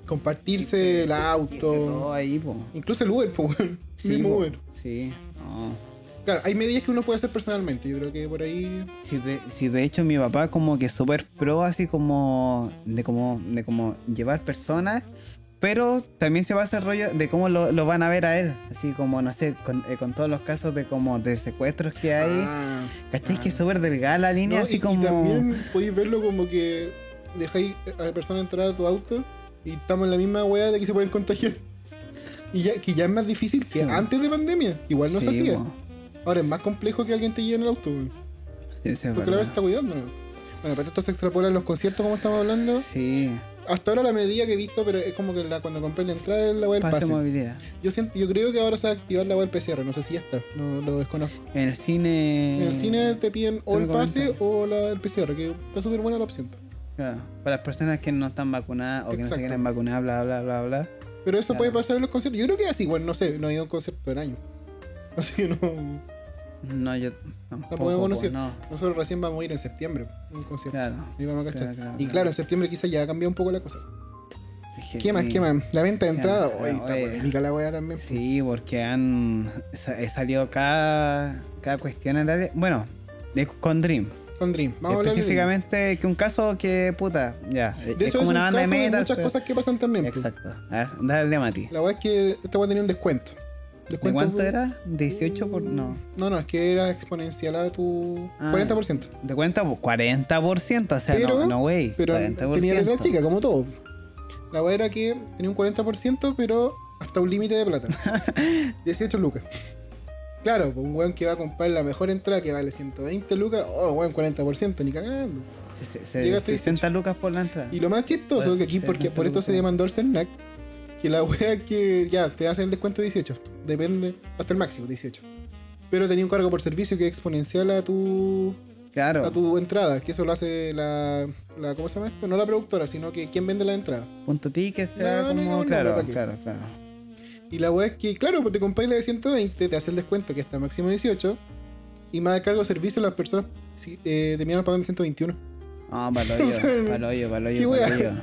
S2: compartirse el
S3: Y
S2: auto,
S3: todo ahí, po.
S2: incluso el Uber, pues, weón.
S3: Sí,
S2: mismo
S3: po.
S2: Uber.
S3: Sí, no.
S2: Claro, hay medidas que uno puede hacer personalmente, yo creo que por ahí...
S3: Si de, si de hecho mi papá como que súper pro así como de como de como llevar personas, pero también se va a hacer rollo de cómo lo, lo van a ver a él, así como no sé, con, eh, con todos los casos de como de secuestros que hay,
S2: Ah.
S3: ¿cachai?
S2: ah.
S3: Que es súper delgada la línea,
S2: No,
S3: así
S2: y, y
S3: como...
S2: también podéis verlo como que dejáis a la persona entrar a tu auto y estamos en la misma weá de que se pueden contagiar. Y ya, que ya es más difícil que
S3: Sí.
S2: antes de pandemia. Igual no se
S3: Sí,
S2: hacía.
S3: po.
S2: Ahora es más complejo que alguien te lleve en el auto, weón.
S3: Sí, sí, es
S2: Porque la
S3: verdad.
S2: verdad se está cuidando, ¿no? Bueno, pero esto se extrapola en los conciertos, como estamos hablando.
S3: Sí,
S2: Hasta ahora la medida que he visto, pero es como que la, cuando compré la entrada es la weá del
S3: pase de
S2: pase.
S3: movilidad.
S2: Yo, siento, yo creo que ahora se va a activar la weá del PCR, no sé si ya está, no lo desconozco.
S3: En el cine...
S2: En el cine te piden o
S3: me
S2: el pase
S3: comentas.
S2: o la, el PCR, que está súper buena la opción.
S3: Claro, para las personas que no están vacunadas o que no se
S2: Exacto.
S3: quieren vacunar, bla, bla, bla, bla.
S2: Pero eso
S3: Claro.
S2: puede pasar en los conciertos. Yo creo que es igual, no sé, no he ido a un concierto en año. Así que no.
S3: No, yo
S2: Ah, pues,
S3: tampoco,
S2: podemos
S3: po,
S2: conocer.
S3: no.
S2: Nosotros recién vamos a ir en septiembre a un concierto.
S3: Claro.
S2: Y vamos a cachar.
S3: Claro, claro,
S2: y
S3: claro.
S2: claro, en septiembre quizás ya ha cambiado un poco la cosa.
S3: Dije,
S2: ¿Qué más?
S3: sí.
S2: ¿Qué más? La venta de
S3: Ya,
S2: entrada.
S3: ya,
S2: Hoy está
S3: oye.
S2: polémica la weá también.
S3: Sí, porque han sa- eh, salido cada, cada cuestión en la de- Bueno, de- con Dream.
S2: Con Dream. Vamos a hablar de Dream.
S3: Específicamente que un caso que puta, ya. eh,
S2: De
S3: es
S2: eso
S3: como
S2: es un
S3: una banda
S2: caso
S3: de
S2: de
S3: metal. pues.
S2: muchas
S3: pero-
S2: cosas que pasan también. pues.
S3: Exacto. A ver, dale a Mati.
S2: La weá es que esta weá tenía este un descuento.
S3: ¿De
S2: Descuento
S3: cuánto
S2: por-
S3: era? 18 por. No.
S2: No, no, es que era exponencial a tu
S3: Ah,
S2: 40%.
S3: ¿De cuenta? Pues, por 40%. O sea,
S2: Pero-
S3: no, no, güey.
S2: Pero
S3: 40%.
S2: tenía letra chica, como todo. La weá era que tenía un 40%, pero hasta un límite de plata. 18 lucas. Claro, pues un weón que va a comprar la mejor entrada que vale 120 lucas, oh weón, 40%, ni cagando.
S3: Se, se-
S2: Llegaste
S3: 60 lucas por la entrada.
S2: Y lo más chistoso
S3: Bueno,
S2: que aquí,
S3: sí,
S2: porque
S3: no te
S2: por esto se
S3: preocupes.
S2: demandó el CERNAC, que la wea que ya te hacen descuento 18, depende, hasta el máximo 18. Pero tenía un cargo por servicio que es exponencial a tu
S3: Claro,
S2: a tu entrada, que eso lo hace la, la ¿cómo se llama? esto? No la productora, sino que quien vende la entrada.
S3: punto ticket, será
S2: No, no,
S3: como.
S2: no, no,
S3: claro,
S2: ¿para qué?
S3: claro, claro.
S2: Y la weá es que, claro, pues te compras la de 120, te hace el descuento que hasta máximo 18, y más de cargo de servicio las personas sí, eh, terminaron pagando 121.
S3: Ah, para el hoyo,
S2: O sea,
S3: para el hoyo, para el
S2: ¿qué
S3: hoyo, para el
S2: wea?
S3: hoyo.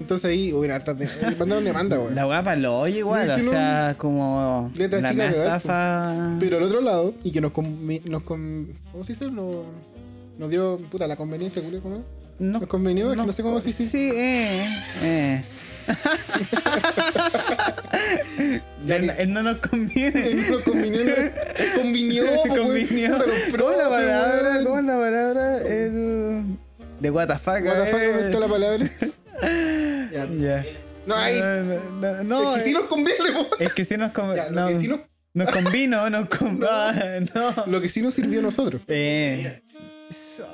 S2: Entonces ahí hubieran hartas de... le mandaron demanda, weón.
S3: La weá para el hoyo igual,
S2: No,
S3: o
S2: es que no-
S3: sea, como.
S2: Letra
S3: la
S2: chica
S3: mea
S2: de dar,
S3: estafa.
S2: Pero al otro lado, y que nos... convi- nos con- ¿Cómo se dice? Nos, nos dio, puta, la conveniencia, culiao, ¿cómo es?
S3: No,
S2: Nos convenió, es que no sé cómo se
S3: sí,
S2: dice.
S3: sí. eh, eh.
S2: Ya
S3: Él-
S2: que-
S3: él eh, no nos conviene.
S2: Nos convinió, convinió, pues,
S3: Convinió.
S2: weón. Puta,
S3: ¿Cómo
S2: los
S3: es la
S2: profes,
S3: palabra?
S2: weón.
S3: ¿Cómo es la palabra? El- De what the fuck,
S2: What the fuck,
S3: eh.
S2: ¿dónde está la palabra? Ya.
S3: Ya.
S2: No, ahí.
S3: No, no, Eh, no,
S2: es que
S3: eh,
S2: sí nos conviene, po.
S3: es que sí nos convino.
S2: Ya, lo,
S3: no,
S2: que sí nos,
S3: nos convino, nos convino. No.
S2: lo que sí nos sirvió a nosotros.
S3: Eh. so-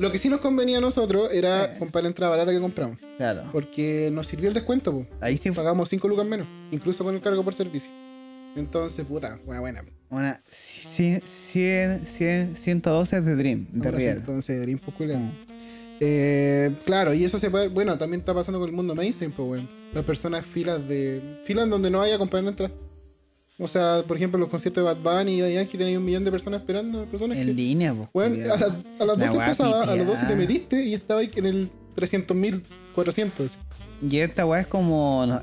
S2: Lo que sí nos convenía a nosotros era
S3: Eh.
S2: comprar la entrada barata que compramos.
S3: Claro.
S2: Porque nos sirvió el descuento, po.
S3: Ahí sí fue
S2: Pagamos 5 lucas menos, incluso con el cargo por servicio. Entonces, puta, buena, buena.
S3: una 100, 100, 100, 112 de Dream, de
S2: Ahora sí,
S3: Real.
S2: Entonces, Dream pues, culiao. Eh, claro, y eso se puede. Bueno, también está pasando con el mundo mainstream, pues, bueno. Las personas filas de. Filas donde no haya compañero entrar. O sea, por ejemplo, los conciertos de Bad Bunny y Daddy Yankee tenían un millón de personas esperando. Personas
S3: En
S2: que.
S3: línea, pues.
S2: Bueno,
S3: culiao.
S2: a, la- a las
S3: La
S2: 12
S3: weá
S2: empezaba, a las 12 te
S3: piteada.
S2: metiste y estaba ahí en el 300.400.
S3: Y esta weá es como. no,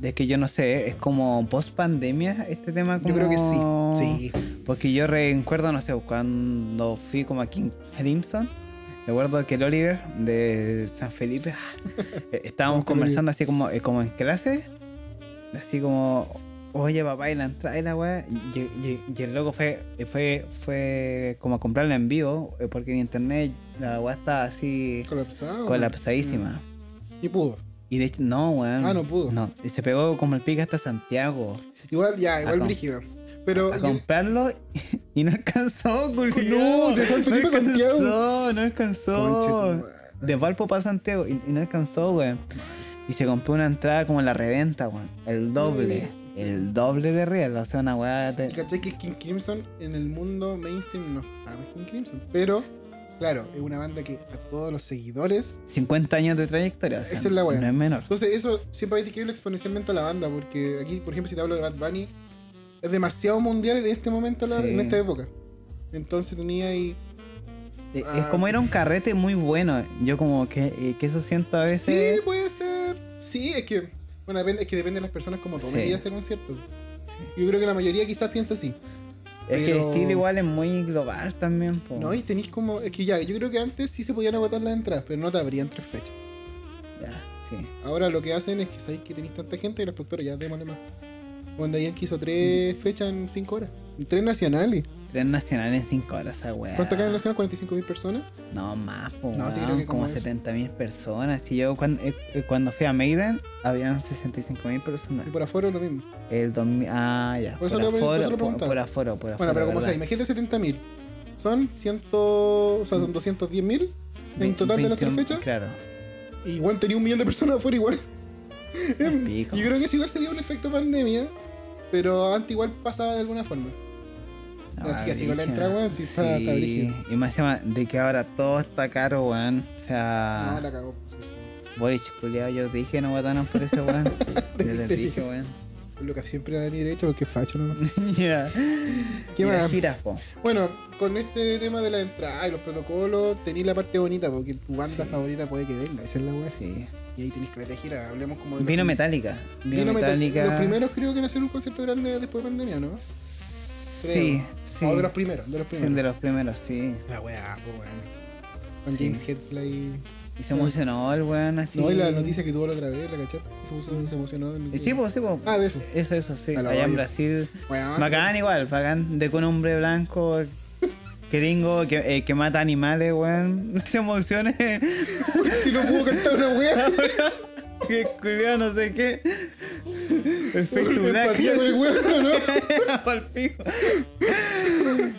S3: de que yo no sé, es como post pandemia este tema. Como...
S2: Yo creo que
S3: Oh.
S2: sí. Sí.
S3: Porque yo recuerdo, no sé, cuando fui como a King Crimson, recuerdo que el Oliver de San Felipe, eh, estábamos
S2: Don Oliver.
S3: conversando así como, eh, como en clase, así como, oye papá, y la entrada y la weá, y, y- y el loco fue, fue, fue como a comprarla en vivo, eh, porque en internet la weá estaba así
S2: Colapsado.
S3: colapsadísima.
S2: Y pudo.
S3: Y de hecho, no, weón.
S2: Ah, no pudo.
S3: No, y se pegó como el pica hasta Santiago.
S2: Igual, ya, igual
S3: com-
S2: brígido. Pero.
S3: a
S2: yo-
S3: comprarlo y no alcanzó, culiao.
S2: de San Felipe
S3: no alcanzó,
S2: a Santiago.
S3: No
S2: Conche tu
S3: alcanzó.
S2: madre.
S3: De Valpo para Santiago y, y no alcanzó, weón. Y se compró una entrada como en la reventa, weón. El doble. El doble de real. O sea, una weá.
S2: Y
S3: de-
S2: caché que King Crimson en el mundo mainstream no está King Crimson. Pero, claro, es una banda que a todos los seguidores.
S3: 50 años de trayectoria. o sea,
S2: Esa es la weá.
S3: No es menor.
S2: Entonces, eso siempre hay que irlo exponencialmente a la banda. Porque aquí, por ejemplo, si te hablo de Bad Bunny, es demasiado mundial en este momento, la-
S3: Sí.
S2: en esta época. Entonces tenía ahí.
S3: Es
S2: Ah.
S3: Eh, es como era un carrete muy bueno. Yo como que, eh, que eso siento a
S2: Sí,
S3: veces.
S2: puede ser. Sí, es que. Bueno, depende, es que depende de las personas como tomen
S3: Sí.
S2: ir a este concierto. Yo creo que la mayoría quizás piensa así.
S3: es que el
S2: pero-
S3: estilo igual es muy global también. po.
S2: No, y tenéis como. Es que ya, yo creo que antes sí se podían agotar las entradas, pero no te abrían tres fechas.
S3: Ya, sí.
S2: Ahora lo que hacen es que sabéis que tenéis tanta gente y las productoras ya démosle más. Cuando Yankee hizo
S3: Mm.
S2: tres fechas en cinco horas. Y Tres nacionales.
S3: Tren nacional en 5 horas, esa weá.
S2: ¿Cuánto acá en Nacional? 45 mil personas.
S3: No, más, po,
S2: No, sí
S3: weón,
S2: creo que como
S3: como
S2: eso.
S3: 70.000 personas. Si yo cuando, eh, eh, cuando fui a Maiden, habían 65.000 personas.
S2: Y por aforo lo mismo.
S3: El 2000, ah, ya.
S2: Por
S3: Por,
S2: eso le- por eso le
S3: aforo, por,
S2: preguntaba.
S3: por aforo, por aforo.
S2: bueno, pero como
S3: ¿verdad?
S2: sea, imagínate 70 mil. Son 100. O sea, son 210 mil. En
S3: Ve-
S2: total de las tres
S3: 21,
S2: fechas.
S3: Claro.
S2: Y igual tenía un millón de personas afuera igual. Em,
S3: Pico.
S2: Yo creo que eso igual sería un efecto pandemia. Pero antes igual pasaba de alguna forma.
S3: No,
S2: Así que así con la
S3: brígido.
S2: entrada, weón, sí está- está
S3: Sí,
S2: brígido.
S3: Y más encima de que ahora todo está caro, weón. O sea,
S2: No, la cagó.
S3: Boric, culiao, yo te dije, no votaron por eso, weón. yo les
S2: Te
S3: dije,
S2: dije.
S3: weón.
S2: Lo que siempre da a mi derecha porque es facho nomás.
S3: Ya.
S2: ¿Qué
S3: Y las
S2: más?
S3: giras, po.
S2: Bueno, con este tema de la entrada y los protocolos, tenéis la parte bonita porque tu banda favorita puede que venga, esa es la wea.
S3: Sí.
S2: Y ahí tenéis que de gira, hablemos como de. los
S3: Vino
S2: prim-
S3: Metallica. Vino,
S2: Vino Metal-
S3: Metallica.
S2: Los primeros creo que en hacer un concierto grande después de pandemia, ¿no?
S3: Sí, sí.
S2: O Ah, de los primeros, de los
S3: Sí,
S2: primeros.
S3: de los primeros, sí.
S2: La wea, pues weón. Con
S3: Sí.
S2: James Hetfield ahí
S3: Y se emocionó el weón así.
S2: No, y la noticia que tuvo la otra vez, la cachata. Se, puso- se emocionó. en-
S3: Eh, Sí, pues, sí, pues.
S2: Ah, de eso.
S3: Eso, eso, sí.
S2: A la Ah,
S3: Allá en
S2: olla.
S3: Brasil.
S2: Weón,
S3: Bacán igual, bacán de que un hombre blanco gringo que, eh, que mata animales, weón. Se emocione.
S2: Si no pudo cantar una wea.
S3: que culiao no sé qué. El face to black.
S2: Empatía con el weón, ¿no?
S3: Pa'l pico.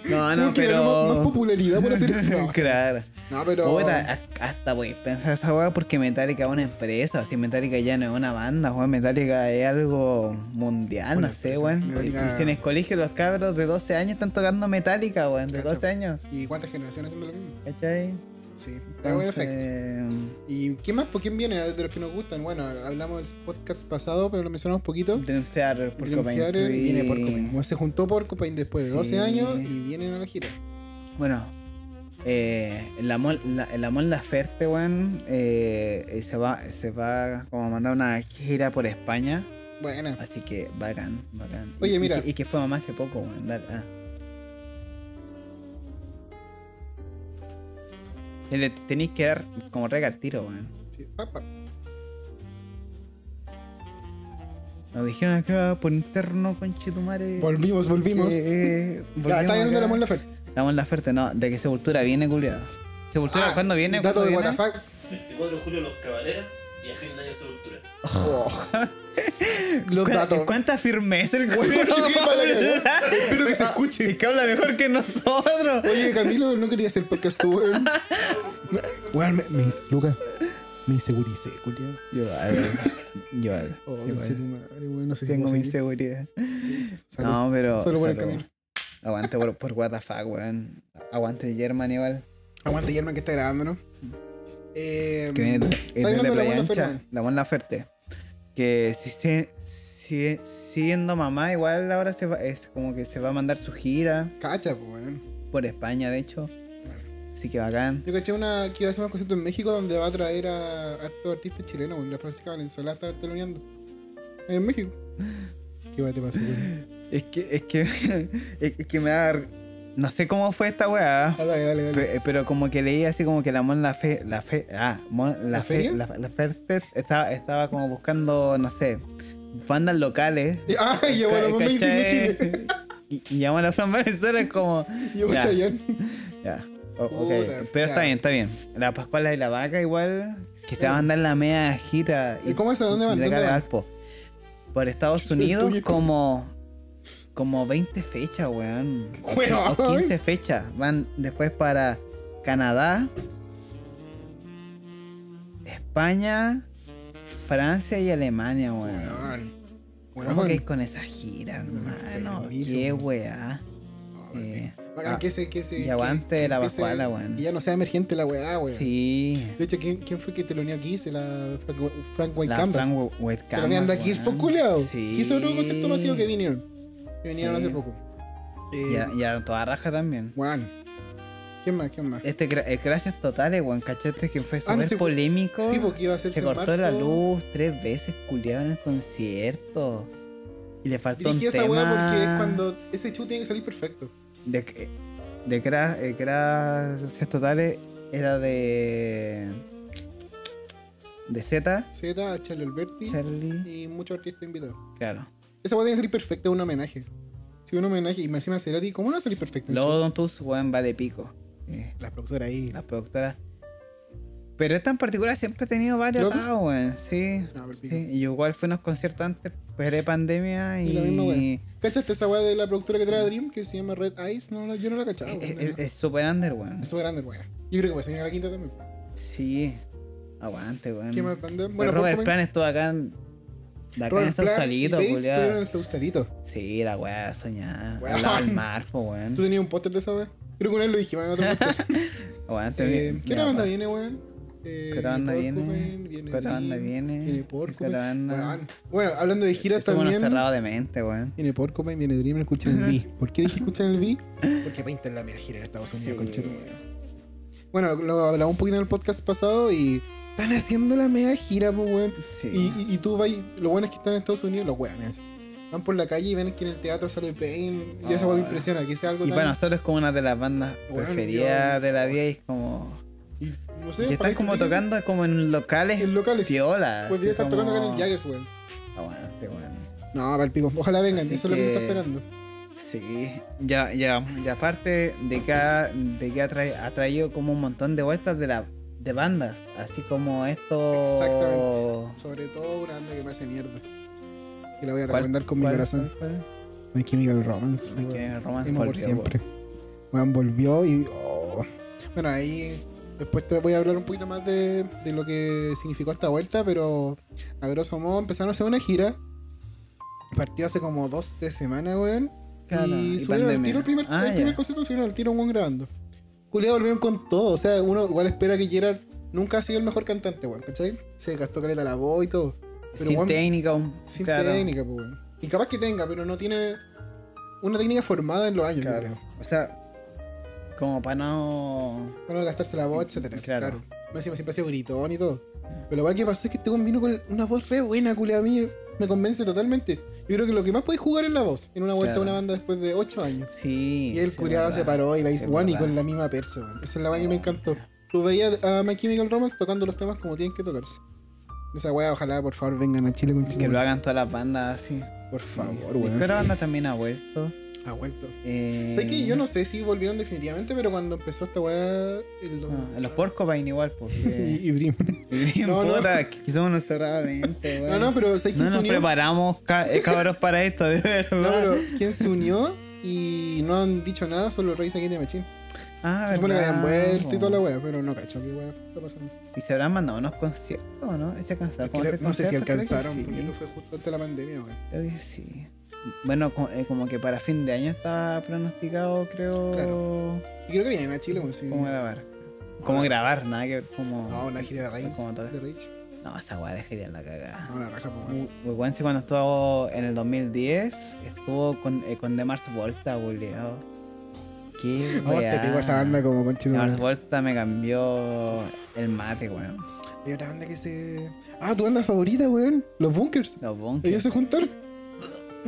S3: No,
S2: No,
S3: no,
S2: que ganó
S3: pero.
S2: más- más popularidad por hacer eso. No.
S3: claro.
S2: No, pero.
S3: Puta, ha- hasta wey, pensar esa weá porque Metallica es una empresa, así Metallica ya no es una banda, weón, Metallica es algo mundial,
S2: Una
S3: no sé,
S2: empresa.
S3: weón. Y,
S2: Metallica-
S3: y si en el colegio los cabros de 12 años están tocando Metallica, weón, de
S2: Cacho.
S3: 12 años,
S2: ¿Y cuántas generaciones haciendo lo mismo?
S3: ¿cachai?
S2: Sí, está buen efecto.
S3: Entonces,
S2: ¿Y quién más? ¿Por quién viene? De los que nos gustan. Bueno, hablamos del podcast pasado, pero lo mencionamos poquito.
S3: Dream Theater, Porcupine
S2: Dream Theater
S3: Tree.
S2: viene Porcupine. Bueno, Se juntó Porcupine después de
S3: Sí.
S2: 12 años y vienen a la gira.
S3: Bueno, eh, la Mon, la, la Mon Laferte, weón, eh, eh, se, va, se va como a mandar una gira por España.
S2: Buena.
S3: Así que bacán, bacán.
S2: Oye,
S3: Y- y
S2: mira.
S3: que- Y, que fue mamá hace poco, weón. dale, ah. Y Le tenéis que dar como rega al tiro, weón.
S2: Sí, papá.
S3: Nos dijeron acá por interno, conchetumare.
S2: Volvimos, volvimos.
S3: Eh, eh,
S2: ya, está viendo la Mon
S3: volvimos acá.
S2: Laferte.
S3: La Mon Laferte, no, de que Sepultura viene, culiado. ¿Sepultura
S2: Ah,
S3: cuándo viene?
S2: Dato de
S3: ¿Cuándo viene?
S2: WTF.
S4: 24 de julio Los Caballeros y a fin de año Sepultura.
S2: Los
S3: Oh. ¿Cuá-
S2: Oh. datos.
S3: ¿Cuánta firmeza el güey?
S2: Yo qué mala cagada. Espero que se
S3: Y
S2: escuche.
S3: que habla mejor que nosotros.
S2: Oye, Camilo, no quería hacer podcast tú, weón. Weón, me, me, Lucas, me inseguricé, culiao.
S3: Yo algo. Yo algo.
S2: Oh,
S3: yo algo.
S2: conchetumare, weón, no sé si
S3: Tengo
S2: puedo
S3: mi
S2: seguir.
S3: seguridad.
S2: Salud.
S3: No, pero.
S2: Solo por el
S3: salud.
S2: camino.
S3: Aguante por, por WTF, weón. Aguante el German igual.
S2: Aguante, Germán, que está grabando, ¿no? Eh,
S3: Que viene es
S2: está
S3: de
S2: hablando de la
S3: Playa
S2: buena
S3: Ancha.
S2: Fernan.
S3: La buena Laferte. Que si se. si- siendo mamá, igual ahora se va, es como que se va a mandar su gira
S2: Cacha, pues, weón.
S3: por España, de hecho. Así que bacán.
S2: Yo caché una que iba a hacer un concierto en México donde va a traer a hartos artistas chilenos, weón. La Francisca Valenzuela está teloneando. En México. ¿Qué va te pasó, weón?
S3: Es que, es que, es que me da. No sé cómo fue esta weá.
S2: Ah, dale, dale, dale.
S3: pe- eh, Pero como que leí así como que la Mon la fe, la fe, ah, Mon la,
S2: ¿La
S3: fe,
S2: feria?
S3: la, la Fertet estaba, estaba como buscando, no sé, bandas locales.
S2: Y- Ah, llevó a la
S3: Ca-
S2: mamá y de
S3: ¿cachai?
S2: Chile.
S3: Y, y llamó a la Fran Valenzuela es como,
S2: Llevó a
S3: Ya.
S2: Chayanne.
S3: ya, o- ok,
S2: Puta,
S3: pero está
S2: ya. Eh.
S3: bien, está bien. La Pascuala y la Vaca igual, que se va a andar la media gira.
S2: ¿Y cómo es eso? ¿Dónde van?
S3: de
S2: ¿Dónde
S3: acá de
S2: van?
S3: Valpo. Por Estados
S2: Soy
S3: Unidos
S2: tuyo.
S3: como, como 20 fechas, weón.
S2: Weón.
S3: O 15 fechas. Van después para Canadá, España, Francia y Alemania, weón.
S2: Weón.
S3: ¿Cómo que
S2: Weón.
S3: con esa gira, hermano?
S2: enfermizo,
S3: Qué
S2: weón.
S3: weá.
S2: Ah,
S3: Eh,
S2: Bacán
S3: ah,
S2: que se, que se.
S3: y
S2: que-
S3: aguante
S2: que
S3: la
S2: empiece-
S3: Pascuala, weón.
S2: Y ya no sea emergente la weá, weón.
S3: Sí.
S2: De hecho, ¿quién, quién fue que te lo unió aquí? Se la Frank, Frank White
S3: La
S2: Canvas.
S3: Fran We- Wet
S2: Te
S3: Canvas,
S2: anda aquí, es
S3: weón.
S2: por culiao.
S3: Sí.
S2: Que es otro concepto masivo que vinieron. Que vinieron
S3: Sí.
S2: hace poco. Eh,
S3: Y a, y a toda raja también.
S2: Juan. ¿Quién más? ¿Quién más?
S3: Este, gra- el gracias totales, weón. Cachete que fue
S2: Ah, no,
S3: súper
S2: sí,
S3: polémico.
S2: Sí, porque iba a ser
S3: Se cortó la luz tres veces, culiado, en el concierto. Y le faltó
S2: Dirigí
S3: un
S2: esa
S3: tema
S2: weá porque es cuando ese show tiene que salir perfecto.
S3: De, que- de que era- eh, que era Gracias Totales era de... De Z,
S2: Z, Charlie Alberti
S3: Charlie...
S2: y muchos artistas invitados.
S3: Claro.
S2: Esa weá tiene que salir perfecta, es un homenaje. Si un homenaje y me encima Cerati, ¿cómo no va a salir perfecto?
S3: Luego Don Tus, weón, vale pico. Eh,
S2: La productora ahí.
S3: las productoras. Pero esta en particular siempre ha tenido varios
S2: ¿Lotus?
S3: atados, weón. Sí.
S2: No, pero
S3: sí.
S2: Ah, pico.
S3: Y yo igual fue unos conciertos antes, pre-pandemia y...
S2: Y la misma weá. ¿Cachaste esa weá de la productora que trae a Dream que se llama Red Eyes? No, no, yo no la cachaba.
S3: Es-
S2: weón,
S3: es-
S2: no.
S3: Es súper under, weón.
S2: Eso grande, weón. Yo creo que va a salir a la quinta también.
S3: Sí. Aguante, weón.
S2: ¿Qué más banda?
S3: Pero Em, Robert
S2: Porcupine-
S3: Plan estuvo acá en. De acá en
S2: Robert
S3: esos
S2: Plant
S3: salitos,
S2: y Bates estuvieron en
S3: culiado.
S2: el Sausalito.
S3: Sí, la weá soñada.
S2: Weón.
S3: Al lado del mar, po,
S2: Tú
S3: weón.
S2: tenías un póster de esa weá. Creo que una vez lo dijimos en otro póster.
S3: Aguante,
S2: Eh, ¿Qué otra banda viene, weón? Eh,
S3: ¿Qué otra banda viene?
S2: Porcupine, viene
S3: ¿Qué otra banda
S2: Dream,
S3: viene?
S2: Viene
S3: ¿Qué
S2: Porcupine.
S3: otra banda?
S2: Weón. Bueno, hablando de giras
S3: Estamos
S2: también.
S3: cerrados de mente, weón.
S2: Viene Porcupine, viene Dream, escuchan el B. ¿Por qué dije escuchan el B? Porque Painter la media gira en Estados Unidos,
S3: Sí.
S2: conchero. Bueno, lo hablamos un poquito en el podcast pasado y. Están haciendo la media gira, pues, weón. Y,
S3: Sí.
S2: y- y tú vas, lo bueno es que están en Estados Unidos, los weones. Van por la calle y ven que en el teatro sale Pain. Y esa
S3: Oh.
S2: weón me impresiona, que sea algo
S3: Y
S2: tan.
S3: para nosotros es como una de las bandas
S2: Weón,
S3: preferidas
S2: yo-
S3: de la vida y es como.
S2: y No sé.
S3: Y
S2: para
S3: están
S2: que
S3: como
S2: te digan,
S3: tocando como en locales.
S2: En locales.
S3: Piola.
S2: Pues
S3: así
S2: ya están
S3: como-
S2: tocando acá en el Jaggers, weón.
S3: Aguante, weón.
S2: No, para el pico. Ojalá vengan,
S3: Así
S2: eso es lo que se está
S3: que-
S2: esperando.
S3: Sí, ya, ya, y aparte de que ha, de que ha, tra- ha traído como un montón de vueltas de la de bandas, así como esto.
S2: Exactamente. Sobre todo una banda que me hace mierda. Que la voy a
S3: ¿Cuál-
S2: recomendar con mi
S3: cuál-
S2: corazón.
S3: cuál
S2: My Chemical Romance.
S3: fue? Que
S2: weón.
S3: Romance
S2: Emo por
S3: volvió,
S2: siempre. Weón, volvió y. oh. Bueno, ahí. Después te voy a hablar un poquito más de, de lo que significó esta vuelta, pero a grosso modo empezaron a hacer una gira. Partió hace como dos de semana, weón.
S3: Claro,
S2: y
S3: y
S2: subieron al
S3: pandemia.
S2: tiro el primer,
S3: Ah,
S2: el primer
S3: ya.
S2: concierto, subieron al tiro un weón grabando. Julia volvieron con todo, o sea, uno igual espera que Gerard nunca ha sido el mejor cantante, weón, ¿cachai? Se gastó caleta la voz y todo. Pero
S3: sin
S2: weón,
S3: técnica, un-
S2: sin
S3: claro,
S2: técnica, pues, weón. Y capaz que tenga, pero no tiene una técnica formada en los años,
S3: claro.
S2: claro.
S3: O sea, como para no.
S2: Para no gastarse la voz, etcétera. Claro.
S3: Claro.
S2: Más encima siempre ha sido gritón y todo. Pero lo que pasó es que este weón vino con una voz re buena, culia a mí. Me convence totalmente. Yo creo que lo que más puede jugar es la voz en una vuelta a
S3: Claro.
S2: una banda después de 8 años.
S3: Sí.
S2: Y el
S3: sí,
S2: culiado
S3: verdad.
S2: se paró y la
S3: Sí,
S2: hizo one y
S3: verdad. Oh,
S2: con la misma perso, weón. Esa es la weá que me encantó. Tú veías a My Chemical Romance tocando los temas como tienen que tocarse. Esa weá, ojalá por favor vengan a Chile con
S3: Que
S2: Chile.
S3: lo hagan todas las bandas así.
S2: Por favor,
S3: Pero
S2: weón.
S3: la banda también ha vuelto.
S2: Ha vuelto.
S3: Eh,
S2: Sé que yo no sé si volvieron definitivamente, pero cuando empezó esta weá. el-
S3: ah, los Porcupine igual, pues, eh, porque.
S2: Y, y Dream.
S3: no,
S2: No, no.
S3: puta, que somos unos cerrados de mente,
S2: No,
S3: weón.
S2: no, pero sé que
S3: No
S2: se
S3: nos
S2: unió.
S3: preparamos, ca- eh, cabros, para esto, de verdad.
S2: No, pero ¿quién se unió? Y no han dicho nada, solo Reyes aquí de Machín.
S3: Ah,
S2: Se supone que
S3: verdad,
S2: habían vuelto y
S3: po.
S2: toda la weá, pero no cacho qué weá está pasando.
S3: Y se habrán mandado unos conciertos, ¿o ¿no? ¿Se alcanzaron?
S2: Que
S3: ¿Cómo
S2: le-
S3: hacer
S2: no sé si
S3: conciertos? Creo que
S2: alcanzaron,
S3: sí,
S2: porque esto fue justo antes de la pandemia, weón.
S3: Creo que sí. Bueno, co- eh, como que para fin de año está pronosticado, creo.
S2: Claro. Y creo que vienen a Chile, weón. Sí.
S3: ¿Cómo grabar? ¿Cómo grabar? Nada que. Como...
S2: No, una gira de Reyes.
S3: Como todo.
S2: De Rage.
S3: No, esa weá deja de la cagada.
S2: No, la raja, po, weón.
S3: Weguansi cuando estuvo en el 2010 estuvo con, eh, con The Mars Volta, boleado. Qué
S2: A vos Oh, te
S3: weá.
S2: pegó esa banda como
S3: The
S2: continua.
S3: Mars Volta me cambió el mate, weón.
S2: Hay otra banda que se. Ah, tu banda favorita, weón. Los Bunkers.
S3: Los bunkers.
S2: Ellos se juntaron.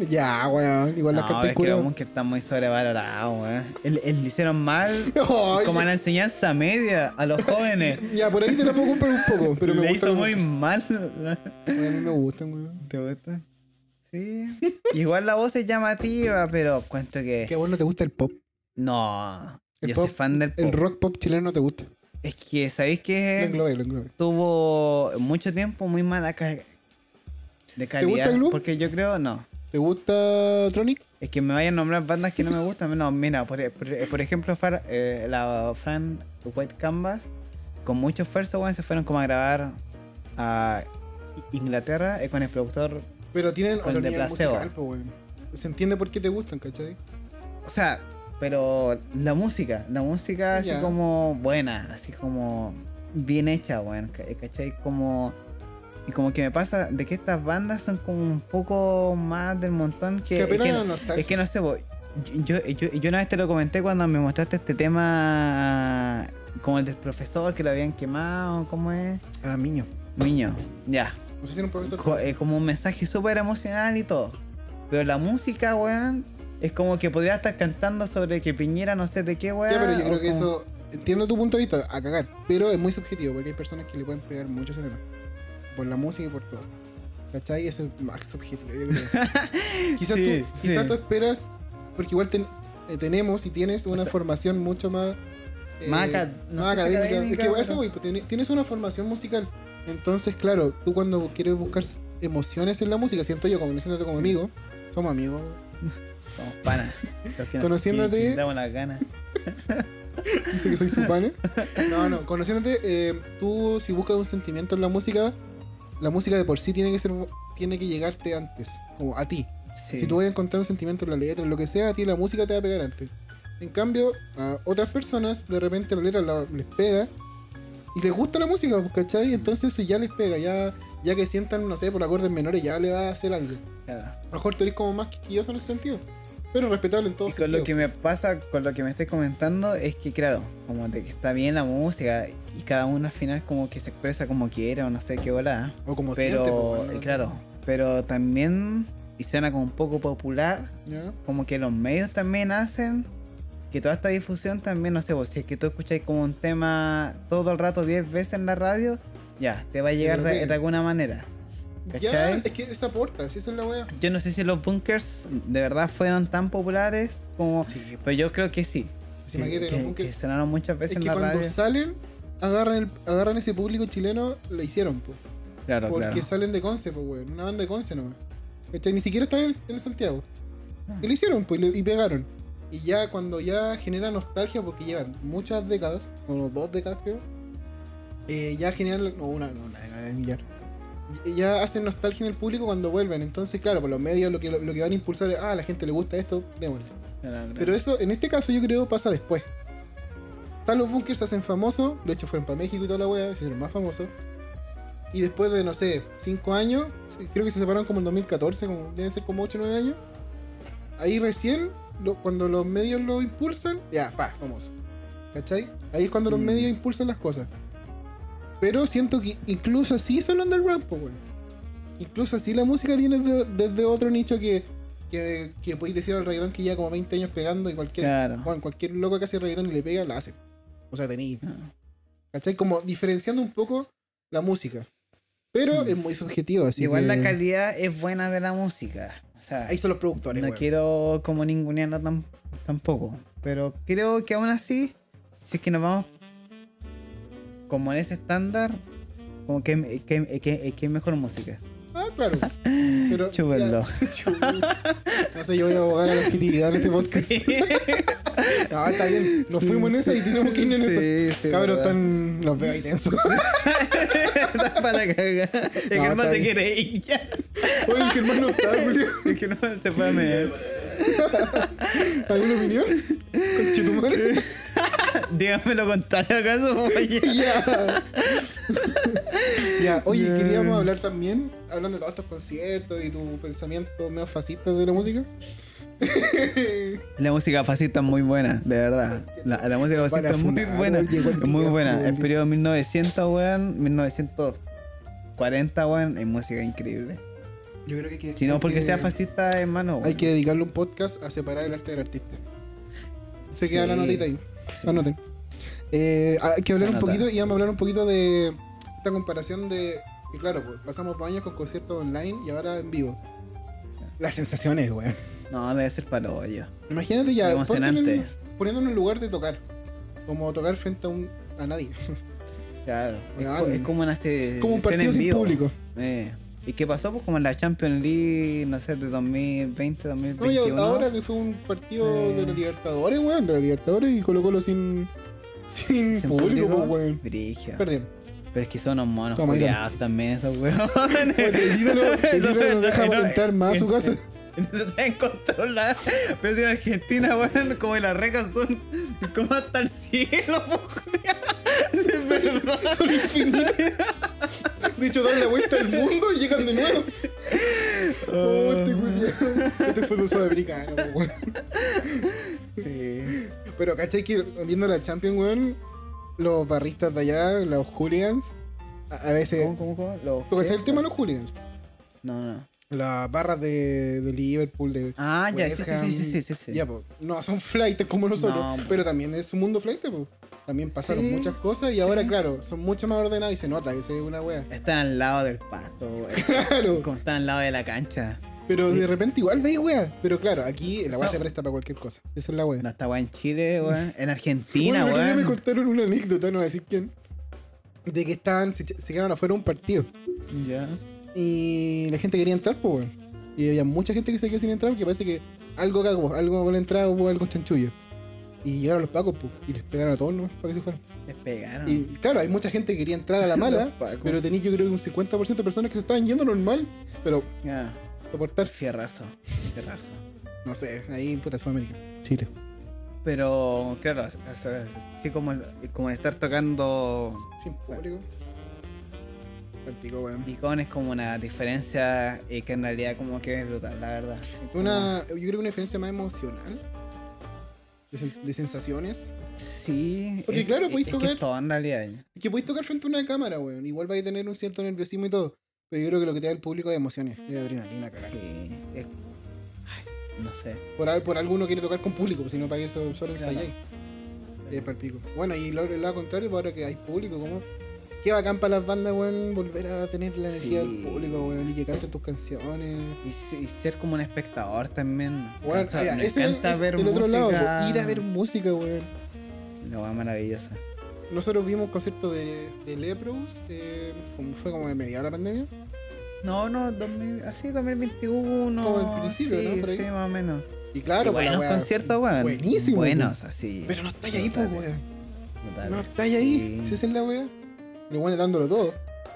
S2: Ya, weón. Igual las
S3: no,
S2: canté
S3: es que los
S2: curadas.
S3: bunkers están muy sobrevalorados, weón. El- el- Le hicieron mal
S2: Ay,
S3: como en la enseñanza media a los jóvenes.
S2: Ya, por ahí te la puedo comprar un poco, pero me
S3: Le
S2: gustan
S3: hizo
S2: los
S3: muy
S2: Bunkers.
S3: mal.
S2: Oye, A mí me gustan, weón.
S3: ¿Te gusta? Sí. Igual la voz es llamativa, pero cuento que.
S2: Que a vos no te gusta el pop. Oh.
S3: No.
S2: El
S3: Yo
S2: pop-
S3: soy fan del pop.
S2: El rock pop chileno no te gusta.
S3: Es que, ¿sabéis
S2: Lo
S3: qué?
S2: englobé, lo englobé.
S3: Tuvo mucho tiempo muy mala ca- de calidad.
S2: gusta Gloom?
S3: Porque yo creo, no.
S2: ¿Te gusta Tronic?
S3: Es que me vayan a nombrar bandas que no me gustan. No, mira, por, e-, por- por ejemplo, Far- eh, la Fran White Canvas, con mucho esfuerzo, weón, se fueron como a grabar a Inglaterra eh, con el productor.
S2: Pero tienen
S3: Con
S2: otro
S3: el de
S2: nivel
S3: placebo.
S2: musical, pues, weón. Se entiende por qué te gustan, ¿cachai?
S3: O sea, pero la música, la música
S2: Ya.
S3: así como buena, así como bien hecha, weón, ca- ¿cachai? Como. Y como que me pasa de que estas bandas son como un poco más del montón que.
S2: Que
S3: es
S2: apelan
S3: que-
S2: a la nostalgia.
S3: Es que no sé, po, yo, yo, yo una vez te lo comenté cuando me mostraste este tema como el del profesor que lo habían quemado, ¿cómo es?
S2: Ah, miño.
S3: Niño, ya.
S2: No sé si era un profesor.
S3: Co- eh, como un mensaje súper emocional y todo. Pero la música, weón, es como que podría estar cantando sobre que Piñera no sé de qué, weón.
S2: Ya, pero yo
S3: o
S2: creo que
S3: como-
S2: eso. Entiendo tu punto de vista, a cagar. Pero es muy subjetivo, porque hay personas que le pueden pegar mucho ese tema. Por la música y por todo. ¿Cachai? Eso es más subjetivo, yo creo. quizás,
S3: Sí,
S2: tú, quizás
S3: sí.
S2: tú esperas. Porque igual ten- eh, tenemos y tienes una
S3: sea,
S2: formación mucho más. eh,
S3: más aca- no
S2: más
S3: sé si
S2: académica. Es que
S3: académica,
S2: a eso
S3: pero-
S2: voy, pues, tiene- tienes una formación musical. Entonces, claro, tú cuando quieres buscar emociones en la música, siento yo, conociéndote como amigo, somos amigos.
S3: Somos panas. Los que nos-
S2: Conociéndote-
S3: que- que damos las ganas.
S2: Dice que soy su fan, ¿eh? No, no, conociéndote, eh, tú si buscas un sentimiento en la música, la música de por sí tiene que ser tiene que llegarte antes, como a ti.
S3: Sí.
S2: Si tú vas a encontrar un sentimiento en la letra, en lo que sea, a ti la música te va a pegar antes. En cambio, a otras personas de repente la letra la- les pega y les gusta la música, pues, ¿cachai? Entonces eso ya les pega, ya, ya que sientan, no sé, por acordes menores, ya le va a hacer algo.
S3: Claro.
S2: A lo mejor tú eres como más quisquilloso en ese sentido, pero respetable en todo
S3: Y con lo que me pasa, con lo que me estés comentando, es que claro, como de que está bien la música y cada uno al final como que se expresa como quiera o no sé qué volada.
S2: O como
S3: Pero,
S2: siente, pues, bueno,
S3: eh, claro, pero también, y suena como un poco popular,
S2: ¿ya?
S3: como que los medios también hacen que toda esta difusión también, no sé, vos, si es que tú escucháis como un tema todo el rato 10 veces en la radio, ya, te va a llegar de,
S2: bien.
S3: de alguna manera.
S2: Ya,
S3: ¿Cachai?
S2: es que esa porta, si esa es la weá.
S3: Yo no sé si los bunkers de verdad fueron tan populares como... Pero yo creo que sí.
S2: Si
S3: que,
S2: me quedan
S3: que-
S2: los bunkers.
S3: que sonaron muchas
S2: Es
S3: veces
S2: que
S3: en la
S2: cuando
S3: radio.
S2: salen, agarran, el- agarran ese público chileno, lo hicieron, po.
S3: Claro,
S2: porque
S3: claro.
S2: salen de Conce, pues, weón. Una banda de Conce nomás. ¿Cachai? Ni siquiera están en, en Santiago.
S3: Ah.
S2: Y lo hicieron, pues, y le- y pegaron. Y ya cuando ya genera nostalgia, porque llevan muchas décadas, o dos décadas creo, eh, ya generan, no, una, no, una década de millar. Y- Ya hacen nostalgia en el público cuando vuelven. Entonces, claro, por los medios lo que, lo, que van a impulsar es, ah, a la gente le gusta esto, démosle.
S3: Claro, claro.
S2: Pero eso, en este caso, yo creo pasa después. Están los bunkers, se hacen famosos. De hecho, fueron para México y toda la wea, se hicieron más famosos. Y después de, no sé, 5 años, sí, creo que se separaron como en 2014, como, deben ser como 8 o 9 años. Ahí recién, lo- cuando los medios lo impulsan, ya, pa, famoso. ¿Cachai? Ahí es cuando los
S3: Mm.
S2: medios impulsan las cosas. Pero siento que incluso así son underground, pues, weón. Incluso así la música viene de- desde otro nicho que, que, que podéis decir al reggaetón que lleva como 20 años pegando y cualquier,
S3: Claro.
S2: bueno, cualquier loco que hace reggaetón y le pega, la hace. O sea, tenéis.
S3: Ah.
S2: ¿Cachai? Como diferenciando un poco la música. Pero
S3: Mm.
S2: es muy subjetivo, así
S3: Igual
S2: que-
S3: la calidad es buena de la música. O sea,
S2: Ahí son los productores,
S3: no
S2: weón.
S3: quiero como ningunearla tam- tampoco. Pero creo que aún así, si es que nos vamos como en ese estándar, como que es que, que, que es mejor música.
S2: Ah, claro. Pero,
S3: Chúpenlo.
S2: o sea, chupen. no sé, yo voy a abogar a la objetividad en este podcast.
S3: Sí,
S2: No, Ah, está bien. Nos fuimos en esa y tenemos que irnos en esa.
S3: sí,
S2: Cabros,
S3: verdad.
S2: están. Los veo ahí tensos.
S3: Está para la caga. Es que
S2: No,
S3: no,
S2: está
S3: se
S2: bien.
S3: quiere ir ya.
S2: Oye, que hermano está, Julio.
S3: Es que no se puede medir.
S2: ¿Alguna opinión? Conchetumare.
S3: Dígame lo contrario acaso. pues, Oye.
S2: Ya. Ya, oye,
S3: Ya.
S2: queríamos hablar también, hablando de todos estos conciertos y tu pensamiento medio fascista de la música.
S3: La música fascista es muy buena, de verdad. La, la música fascista
S2: Para
S3: es muy
S2: funar,
S3: buena.
S2: oye,
S3: Es
S2: igual
S3: muy
S2: que-
S3: buena. El
S2: igual-
S3: periodo 1900, weón, 1940, weón, es música increíble.
S2: Yo creo que. hay que-
S3: Si no
S2: hay
S3: porque
S2: que-
S3: sea fascista, hermano.
S2: Hay
S3: weón.
S2: que dedicarle un podcast a separar el arte del artista. Se
S3: Sí.
S2: queda la notita ahí.
S3: Sí.
S2: Anoten. Eh, hay que hablar un
S3: Anota.
S2: poquito, y vamos a hablar un poquito de esta comparación de. Que claro, pues, pasamos por años con conciertos online y ahora en vivo. Las sensaciones, weón.
S3: No, debe ser para hoyo.
S2: Imagínate ya.
S3: Lo emocionante.
S2: ponte en el- Poniéndonos en un lugar de tocar. Como tocar frente a un. a nadie.
S3: Claro. Es,
S2: Weón.
S3: co- es como una se-
S2: Como un
S3: Eh, escena
S2: partido
S3: en
S2: sin
S3: vivo.
S2: público.
S3: Eh. ¿Y qué pasó? Pues como en la Champions League, no sé, de 2020,
S2: No, y
S3: 2021.
S2: ahora que fue un partido
S3: Eh.
S2: de la Libertadores, weón. De la Libertadores y Colo Colo sin. sin,
S3: sin
S2: público, pues, weón.
S3: Brigio.
S2: Perdieron.
S3: Pero es que son unos monos
S2: Toma, ahí
S3: culiados también esos weones.
S2: Bueno, el ídolo, el
S3: Eso
S2: ídolo
S3: es
S2: no deja
S3: verdad, no,
S2: entrar más a su
S3: eh,
S2: casa.
S3: No se saben controlar. Pero si en Argentina, weón, como las rejas son como hasta el cielo, po, culiao. Es verdad.
S2: Son infinitos. De hecho, dan la vuelta al mundo y llegan de nuevo. Oh,
S3: Ah.
S2: este culiao. Este fue un sudamericano, po, weón.
S3: Sí.
S2: Pero cachai que viendo la Champions, weón, los barristas de allá, los hooligans, a, a veces.
S3: ¿Cómo, cómo, cómo? Los-
S2: ¿Tú cachai el
S3: ¿qué?
S2: tema de los hooligans?
S3: No, no.
S2: Las barras de, de Liverpool, de.
S3: Ah, ya, sí, sí,
S2: West Ham.
S3: sí, sí, sí, sí.
S2: Ya, po. No, son flightes como nosotros.
S3: No, po.
S2: pero también es un mundo flight, po. También pasaron
S3: Sí.
S2: muchas cosas y ahora, claro, son mucho más ordenados y se nota que se ve una wea.
S3: Están al lado del pasto, weón.
S2: Claro.
S3: Como están al lado de la cancha.
S2: Pero de repente igual veis wea. Pero claro, aquí la wea
S3: Eso-
S2: se presta para cualquier cosa. Esa es la wea.
S3: No está weón en Chile, weón. En Argentina,
S2: Bueno, el otro día
S3: weón.
S2: me contaron una anécdota, no voy a decir quién. De que estaban, se, se quedaron afuera de un partido.
S3: Ya.
S2: Y la gente quería entrar, pues, weón. Y había mucha gente que se quedó sin entrar porque parece que algo cagó, algo con la entrada hubo algo chanchullo. Y llegaron los pacos, pues, y les pegaron a todos, ¿no? Para que se fueran.
S3: Les pegaron.
S2: Y claro, hay mucha gente que quería entrar a la mala,
S3: Ah. Los pacos.
S2: pero tenía yo creo que un 50% de personas que se estaban yendo normal, pero
S3: Ya.
S2: soportar,
S3: Fierrazo. Fierrazo.
S2: no sé, ahí puta Sudamérica. Chile.
S3: Pero, claro, o sea, así como, el- como el estar tocando
S2: Sin público. Palpico, weón.
S3: Icon es como una diferencia eh, que en realidad como que es brutal, la verdad.
S2: Una, yo creo que una diferencia más emocional. De, sen- de sensaciones.
S3: Sí.
S2: Porque,
S3: es-
S2: claro,
S3: es-
S2: podéis
S3: es que
S2: tocar-
S3: es todo en realidad.
S2: Es que podéis tocar frente a una cámara, weón. Igual vais a tener un cierto nerviosismo y todo. Pero yo creo que lo que te da el público es emociones. Es adrenalina, cagada.
S3: Sí, es- Ay, No sé.
S2: Por, al- por alguno quiere tocar con público, pues, si no para eso solo
S3: Claro.
S2: ensayáis. Y es para el pico. Bueno, y lo, el lado contrario, pues, ahora que hay público, como. Qué bacán para las bandas, weón, volver a tener la energía
S3: Sí.
S2: del público, weón, y que canten tus canciones.
S3: Y, se- y ser como un espectador también. Me
S2: Weón,
S3: encanta-
S2: mira,
S3: me
S2: ese es-
S3: encanta
S2: es
S3: ver
S2: el otro lado,
S3: música.
S2: pues, ir a ver música, weón.
S3: La weá maravillosa.
S2: Nosotros vimos un concierto de, de Leprous, eh, como fue como en media hora de la pandemia.
S3: No, no, 2000, así 2021.
S2: Como el principio,
S3: sí,
S2: ¿no? Por ahí.
S3: Sí, más o menos.
S2: Y claro, pues, la
S3: buenos
S2: weá-
S3: conciertos, weón.
S2: Buenísimo. pues.
S3: Buenos, así.
S2: Pero no estáis ahí, pues,
S3: Brutales,
S2: weón.
S3: brutales.
S2: No estáis ahí.
S3: Sí.
S2: Si esa es la weá. Los weones dándolo todo.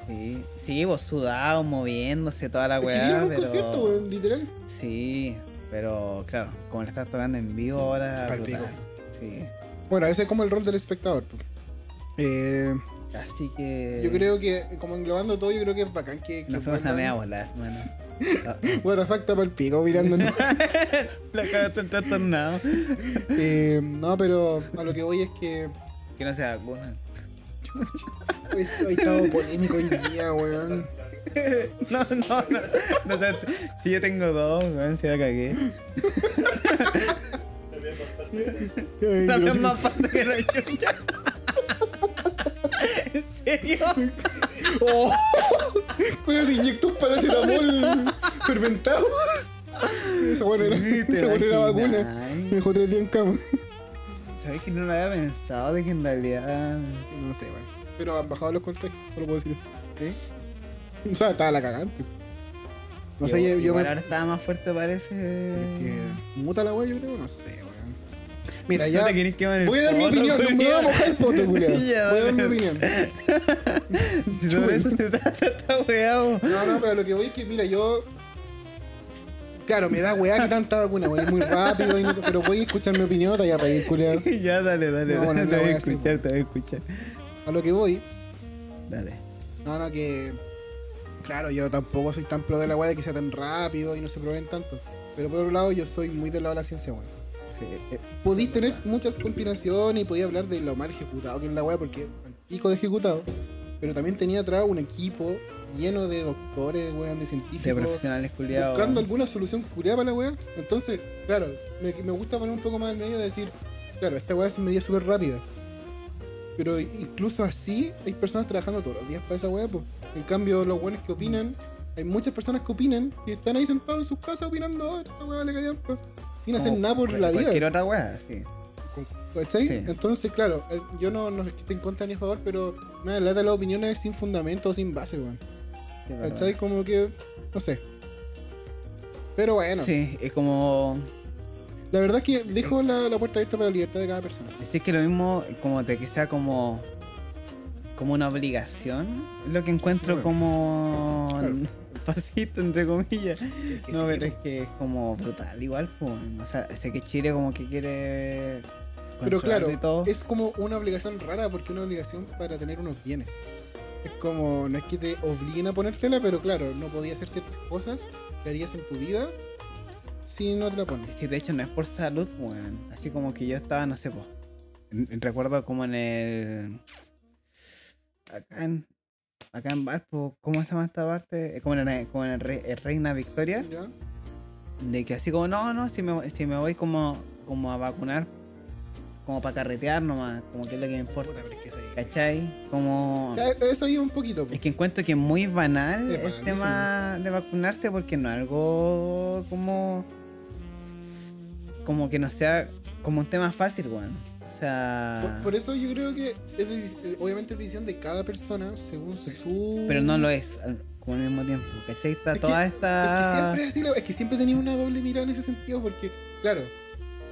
S3: Sí, sí, vos sudado, moviéndose, toda la
S2: Es que
S3: weá.
S2: dieron un
S3: pero...
S2: concierto, weón, literal.
S3: Sí, pero claro, como le estás tocando en vivo ahora.
S2: Pa'l
S3: brutal.
S2: pico.
S3: Sí.
S2: Bueno, ese es como el rol del espectador. pues. Eh,
S3: Así que.
S2: Yo creo que, como englobando todo, yo creo que es bacán que. que
S3: Nos fuimos a
S2: vuelvan-
S3: media bola, hermano. Ah,
S2: What the fuck, está pa'l pico mirándonos.
S3: La cara está trastornado.
S2: Eh, no, pero a lo que voy es que.
S3: Que no se vacunan.
S2: Hoy hoy he estado polémico hoy día, weón.
S3: No, no, no. no o sea, si yo tengo dos, weón, se la cagué.
S2: Ay,
S3: La
S2: pero-
S3: misma parte que la chucha. ¿En serio?
S2: ¡Oh! Cuidado, se inyectó un paracetamol fermentado. Esa buena era, esa buena era vacuna. Me dejó tres días en cama.
S3: ¿Sabes que no lo había pensado de que en realidad.
S2: No sé, weón. Pero han bajado los contagios, solo puedo decir. O sea, estaba la cagante. No sé, yo, yo
S3: igual
S2: me-
S3: ahora estaba más fuerte, parece.
S2: Que muta la wea, yo creo, no sé, weón. Mira,
S3: No
S2: ya.
S3: te querés quemar el
S2: Voy a dar mi
S3: poto,
S2: opinión, no me voy a
S3: culiao.
S2: mojar el poto, culiao.
S3: Ya,
S2: Voy a dar mi
S3: dale.
S2: opinión.
S3: Si sobre eso se trata esta weá, bo.
S2: No, no, pero lo que voy es que, mira, yo. Claro, me da weá que tanta vacuna, weón. Es muy rápido, y no te- pero voy a escuchar mi opinión, te voy a reír, culiao.
S3: Ya, dale, dale,
S2: No,
S3: dale.
S2: bueno,
S3: te
S2: la
S3: voy a
S2: wea sí,
S3: escuchar, te voy a escuchar.
S2: A lo que voy,
S3: Dale.
S2: no, no, que. Claro, yo tampoco soy tan pro de la weá de que sea tan rápido y no se prueben tanto. Pero por otro lado, yo soy muy del lado de la ciencia, weón.
S3: Sí, eh,
S2: Podís tener muchas conspiraciones y podía hablar de lo mal ejecutado que es la weá, porque el pico de ejecutado. Pero también tenía atrás un equipo lleno de doctores, weón, de
S3: de
S2: científicos.
S3: profesionales culiados.
S2: buscando alguna solución curada para la weá. Entonces, claro, me, me gusta poner un poco más al medio de decir, claro, esta weá es una medida súper rápida. Pero incluso así hay personas trabajando todos los días para esa weá, pues. En cambio, los weones que opinan, hay muchas personas que opinan y están ahí sentados en sus casas opinando, oh, esta weá le callan, pues. Sin hacer nada por la vida.
S3: Cualquier otra weá, sí.
S2: Con- ¿Cachai?
S3: Sí.
S2: Entonces, claro, eh, yo no, no es que esté en contra ni a favor, pero nada, la de las opiniones sin fundamento, sin base, weón.
S3: sí, verdad.
S2: ¿Cachai? Como que, no sé. Pero bueno,
S3: Sí, es como.
S2: la verdad es que dejo la, la puerta abierta para la libertad de cada persona.
S3: Si es que lo mismo, como de que sea como. Como una obligación, es lo que encuentro
S2: Sí, bueno.
S3: como.
S2: Claro.
S3: Pasito, entre comillas.
S2: Que
S3: No, pero
S2: sí, pues.
S3: es que es como brutal, igual, pues. O sea, sé que Chile como que quiere.
S2: Pero
S3: controlarlo
S2: claro,
S3: y todo.
S2: es como una obligación rara porque una obligación para tener unos bienes. Es como, no es que te obliguen a ponérsela, pero claro, no podías hacer ciertas cosas que harías en tu vida si no te la pones.
S3: Sí, de hecho no es por salud, weón. Así como que yo estaba, no sé, po. en- Recuerdo como en el. Acá en. Acá en Valpo, ¿cómo se llama esta parte? Eh, Como en, el, como en el Re- el Reina Victoria.
S2: ¿Ya?
S3: De que así como, no, no, si me, si me voy como, como a vacunar, como para carretear nomás, como que es lo que me importa.
S2: Puta, pero es que es ahí.
S3: ¿Cachai? Como.
S2: Ya, Eso ahí un poquito. pues.
S3: Es que encuentro que es muy banal
S2: Es
S3: el tema de vacunarse porque no es algo como. como que no sea como un tema fácil, weón. O sea.
S2: Por, por eso yo creo que es deci- eh, obviamente es decisión de cada persona según su...
S3: Pero no lo es al- como al mismo tiempo, ¿cachai? Está
S2: Es que-
S3: toda
S2: Es que
S3: esta.
S2: siempre es así, la- es que siempre tenía una doble mirada en ese sentido porque, claro,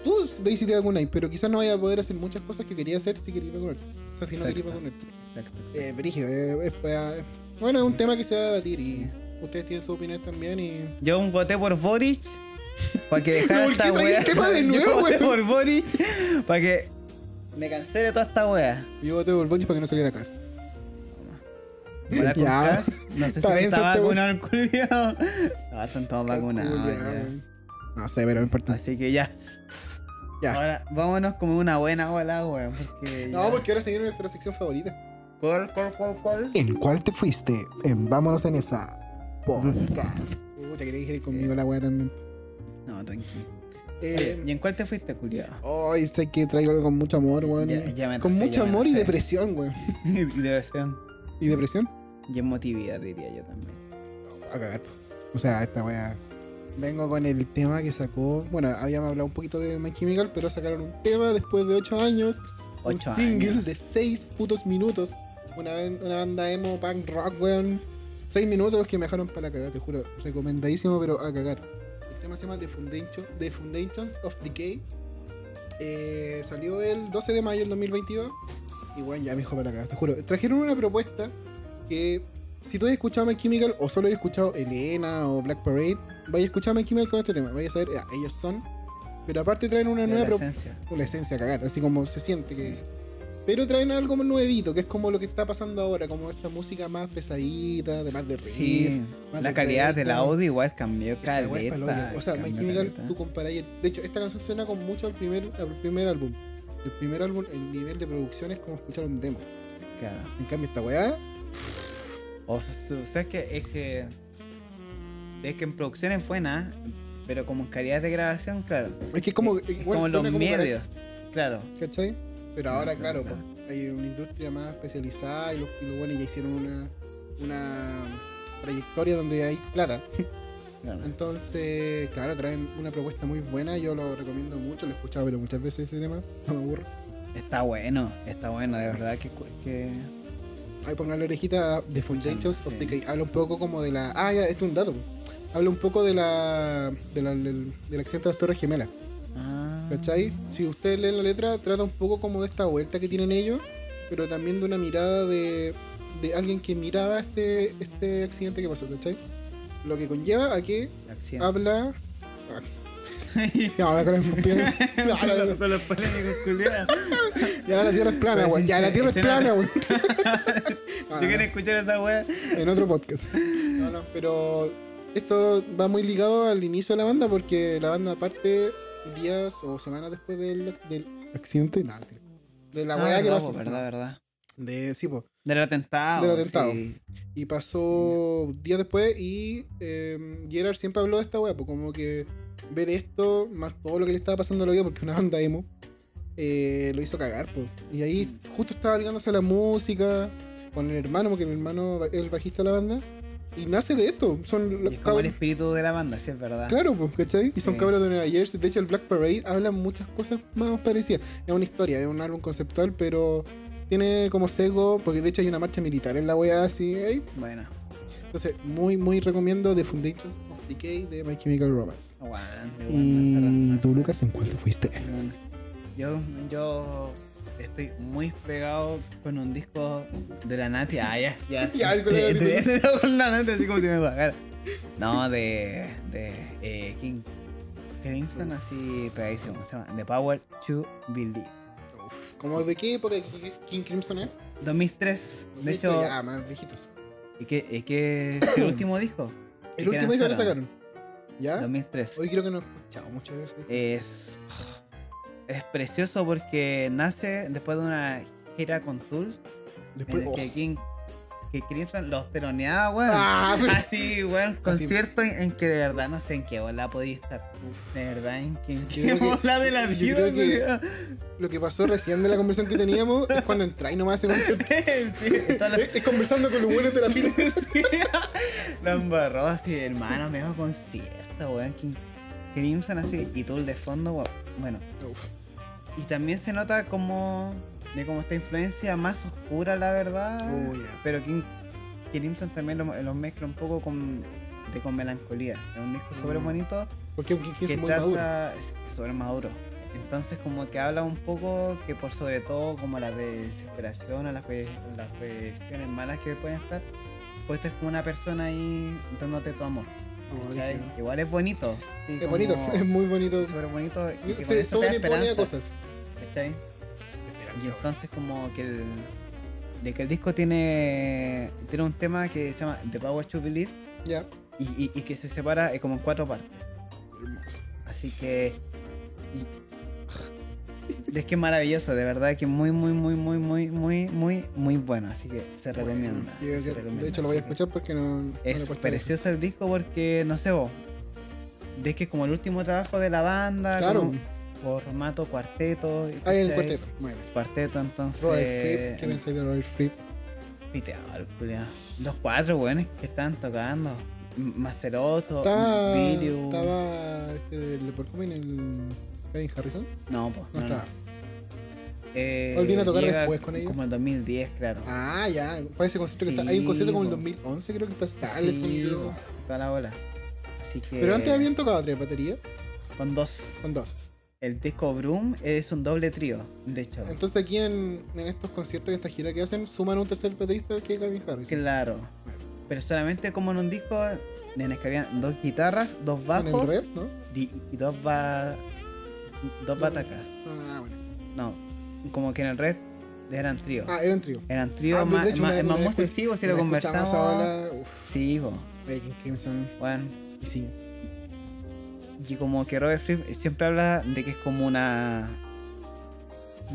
S2: tú veis si te vacunáis, pero quizás no vayas a poder hacer muchas cosas que querías hacer si querías vacunarte. O sea, si no querías
S3: Exacto.
S2: vacunarte.
S3: Exacto.
S2: Eh, brígido, eh, es pa- Bueno, es un tema que se va a debatir y ustedes tienen su opinión también y...
S3: Yo voté por Boric para que dejara
S2: ¿Pero por
S3: esta
S2: qué traes
S3: wea.
S2: el tema de
S3: Yo
S2: nuevo,
S3: voté
S2: weón?
S3: por Boric para que me cancele toda esta wea.
S2: Yo voté por Boris para que no saliera acá.
S3: Hola, con
S2: Ya.
S3: Cas. No sé si
S2: Está bien,
S3: está
S2: Santiago.
S3: vacunado el culiao. No, están todos vacunados. ya.
S2: No sé, pero no importa.
S3: Así que ya.
S2: Ya.
S3: Ahora, vámonos como una buena ola, weón. Porque
S2: No,
S3: ya-
S2: porque ahora se viene nuestra sección favorita.
S3: Col, col, col, col.
S2: ¿En cuál te fuiste? En Vámonos en esa podcast. Pucha, quería ir conmigo la wea también.
S3: No, tranquilo.
S2: Eh,
S3: ¿Y en cuál te fuiste, culiado?
S2: Ay, sé que traigo algo con mucho amor, weón.
S3: Ya- ya me
S2: con
S3: atrasé,
S2: mucho
S3: ya me
S2: amor y
S3: atrasé.
S2: depresión, weón.
S3: y diversión.
S2: ¿Y depresión?
S3: Y emotividad, diría yo también.
S2: A cagar. po. O sea, esta weá. Vengo con el tema que sacó. Bueno, habíamos hablado un poquito de My Chemical, pero sacaron un tema después de 8 años.
S3: Ocho
S2: un single
S3: años.
S2: de 6 putos minutos. Una, ben- una banda emo, punk rock, weón. 6 minutos que me dejaron para cagar, te juro. Recomendadísimo, pero a cagar. El tema se llama The, Foundation- The Foundations of Decay. Eh, salió el 12 de mayo del 2022. Y bueno, ya me dijo para cagar, te juro. Trajeron una propuesta que si tú has escuchado My Chemical o solo has escuchado Elena o Black Parade, vaya a escuchar My Chemical con este tema. Vaya a saber, ah, ellos son. Pero aparte traen una
S3: De
S2: nueva
S3: la
S2: propuesta
S3: esencia.
S2: con la esencia a cagar, así como se siente que es. Pero traen algo más nuevito, que es como lo que está pasando ahora, como esta música más pesadita, de más de riff.
S3: Sí,
S2: más
S3: la
S2: de
S3: calidad del
S2: breakdown.
S3: audio igual cambió
S2: Esa weá es pa'l
S3: caleta.
S2: hoyo. O sea, My
S3: cambió
S2: Chemical,
S3: caleta.
S2: tú comparás. el- De hecho, esta canción suena con mucho al primer, al primer álbum. El primer álbum, el nivel de producción es como escuchar un demo.
S3: Claro.
S2: En cambio, esta weá,
S3: O su- sabes que es que es que en producción es buena, pero como en calidad de grabación, claro.
S2: es que es como.
S3: Es
S2: igual
S3: como
S2: suena
S3: los
S2: garage,
S3: medios. Claro.
S2: ¿Cachai? Pero ahora,
S3: Claro,
S2: claro, pues, hay una industria más especializada y los, y los buenos ya hicieron una, una trayectoria donde hay plata.
S3: claro.
S2: Entonces, claro, traen una propuesta muy buena. Yo lo recomiendo mucho, lo he escuchado pero muchas veces ese tema. No me aburro.
S3: Está bueno, está bueno, de verdad que, cu- que
S2: Ahí pongan la orejita de Foundations of
S3: Sí.
S2: Decay. Habla un poco como de la. Ah, ya, esto es un dato. pues. Habla un poco de la, de la, del, del accidente de las Torres Gemelas.
S3: ah,
S2: ¿Cachai? Si ustedes leen la letra, trata un poco como de esta vuelta que tienen ellos, pero también de una mirada de, de alguien que miraba este, este accidente que pasó, ¿cachai? Lo que conlleva a que
S3: acción.
S2: habla. Ah. Ya, ahora con la- Ya, la-
S3: Con los polémicos culiados.
S2: ya la tierra es plana,
S3: Pero
S2: güey. Ya la tierra es
S3: escena-
S2: plana, güey. Ah,
S3: Si quieren escuchar esa wea,
S2: en otro podcast. No, no, pero esto va muy ligado al inicio de la banda porque la banda parte días o semanas después del, del accidente. nada, tío. de la
S3: Ah,
S2: weá que
S3: verdad,
S2: pasó.
S3: po, verdad, verdad.
S2: De, sí, po.
S3: Del atentado.
S2: Del atentado.
S3: sí.
S2: Y pasó días después y eh, Gerard siempre habló de esta wea, pues como que ver esto, más todo lo que le estaba pasando a la vida, porque una banda emo, eh, lo hizo cagar, pues. Y ahí justo estaba ligándose a la música, con el hermano, porque el hermano es el bajista de la banda, y nace de esto. Son
S3: Y
S2: los
S3: es como el
S2: cabros.
S3: espíritu de la banda, sí, es verdad.
S2: Claro, pues, ¿cachai? Y son
S3: Sí.
S2: cabros de Nueva Jersey. De hecho, el Black Parade habla muchas cosas más parecidas. Es una historia, es un álbum conceptual, pero tiene como sesgo, porque de hecho hay una marcha militar en la wea así, ey,
S3: Bueno,
S2: entonces, muy, muy recomiendo The Foundations of Decay de My Chemical Romance.
S3: aguante,
S2: ¿Y
S3: aguante,
S2: tú, Lucas, en cuál te fuiste?
S3: aguante. Yo, yo estoy muy pegado con un disco de la Nati. Ah, ya, ya.
S2: Ya,
S3: con
S2: con
S3: la
S2: la Nati, con
S3: Con la Nati, así como si me pagara. No, de. de. Eh, King. Crimson, así pegadísimo. Se llama The Power to Believe.
S2: ¿Cómo de qué época King Crimson es?
S3: 2003. De
S2: ¿Viste?
S3: hecho,
S2: ya, más viejitos.
S3: es que es, que es el último disco.
S2: El último disco que
S3: lanzaron,
S2: sacaron. ¿Ya?
S3: 2003.
S2: Hoy creo que no he escuchado muchas veces.
S3: es, es precioso porque nace después de una gira con Tool en
S2: Después.
S3: el
S2: oh.
S3: Eh, que King que Crimson los teloneaba, weón.
S2: Ah, pero-
S3: Así, weón,
S2: Así.
S3: concierto en, en que de verdad no sé en qué bola podía estar. De verdad, en que- en qué,
S2: Yo creo que-
S3: bola de la
S2: yo
S3: vida,
S2: creo que-
S3: weón.
S2: Lo que pasó recién de la conversación que teníamos es cuando entráis nomás a ese concierto.
S3: Sí, todas las-
S2: Es es conversando con los buenos de la fila.
S3: Sí. La embarró así, hermano, mejor concierto, weón. King Crimson así y Tool de fondo, weón. Bueno.
S2: Uf.
S3: Y también se nota como de como esta influencia más oscura, la verdad.
S2: Oh, yeah.
S3: Pero King Crimson también lo, lo mezcla un poco con de con melancolía. Es un disco súper
S2: Mm.
S3: bonito
S2: Porque un King
S3: que
S2: Crimson muy
S3: trata
S2: maduro.
S3: es- es sobre maduro. Entonces como que habla un poco que por sobre todo como la desesperación o las, cue- las cuestiones malas que pueden estar, puede estar como una persona ahí dándote tu amor.
S2: Oh,
S3: ¿cachai?
S2: yeah.
S3: Igual es bonito. sí,
S2: Es
S3: como-
S2: bonito, es muy bonito.
S3: Súper bonito. Y que con
S2: Se
S3: eso te da
S2: sobrepone a
S3: esperanza,
S2: cosas.
S3: ¿cachai? Y entonces como que el, de que el disco tiene, tiene un tema que se llama The Power to Believe
S2: Ya.
S3: y, y- y que se separa eh, como en cuatro partes. Así que... y- es que es maravilloso, de verdad que muy, muy, muy, muy, muy, muy, muy, muy bueno. Así que se recomienda.
S2: Yo creo
S3: se
S2: que-
S3: recomienda,
S2: de hecho, lo voy a
S3: así que-
S2: escuchar porque no. no le he
S3: es
S2: puesto atención.
S3: precioso el disco porque, no sé vos, de que es como el último trabajo de la banda,
S2: Claro.
S3: como formato cuarteto.
S2: Ah, en el
S3: ¿cachai?
S2: cuarteto. Bueno.
S3: Cuarteto, entonces.
S2: Robert Fripp, ¿qué pensáis de Robert Fripp?
S3: Piteado ah, el culiao. Los cuatro weones que están tocando. M- Maceroso,
S2: Estaba.
S3: Viliu.
S2: Estaba. Este del Porcumen, el. Kevin Harrison.
S3: No, pues.
S2: No
S3: No,
S2: estaba.
S3: no. Eh,
S2: ¿Él vino a tocar
S3: llega
S2: después con ellos?
S3: Como el 2010, claro.
S2: Ah, ya. Fue ese concierto que
S3: Sí,
S2: está. Hay un concierto como el
S3: po.
S2: 2011, creo que está hasta
S3: Sí,
S2: el escondido.
S3: po, Eh. toda la bola. Así que.
S2: Pero antes habían tocado tres baterías
S3: Con dos.
S2: con dos.
S3: El disco Broom es un doble trío, de hecho.
S2: Ah, Entonces aquí en, en estos conciertos, en esta gira que hacen, suman un tercer baterista que es Kevin Harrison.
S3: Claro. Pero solamente como en un disco en el que habían dos guitarras, dos
S2: En el
S3: bajos
S2: red, ¿no?
S3: y, y dos ba... dos batacas.
S2: Ah, bueno.
S3: No, como que en el red eran tríos.
S2: Ah, era un trío.
S3: Eran tríos
S2: Ah, pues,
S3: más,
S2: de hecho,
S3: más,
S2: una-
S3: más
S2: una vez
S3: posesivos si lo
S2: Cuando escuchamos
S3: conversamos.
S2: ahora, uf,
S3: Sí, po.
S2: Making Crimson.
S3: Bueno,
S2: Y sí.
S3: y como que Robert Fripp siempre habla de que es como una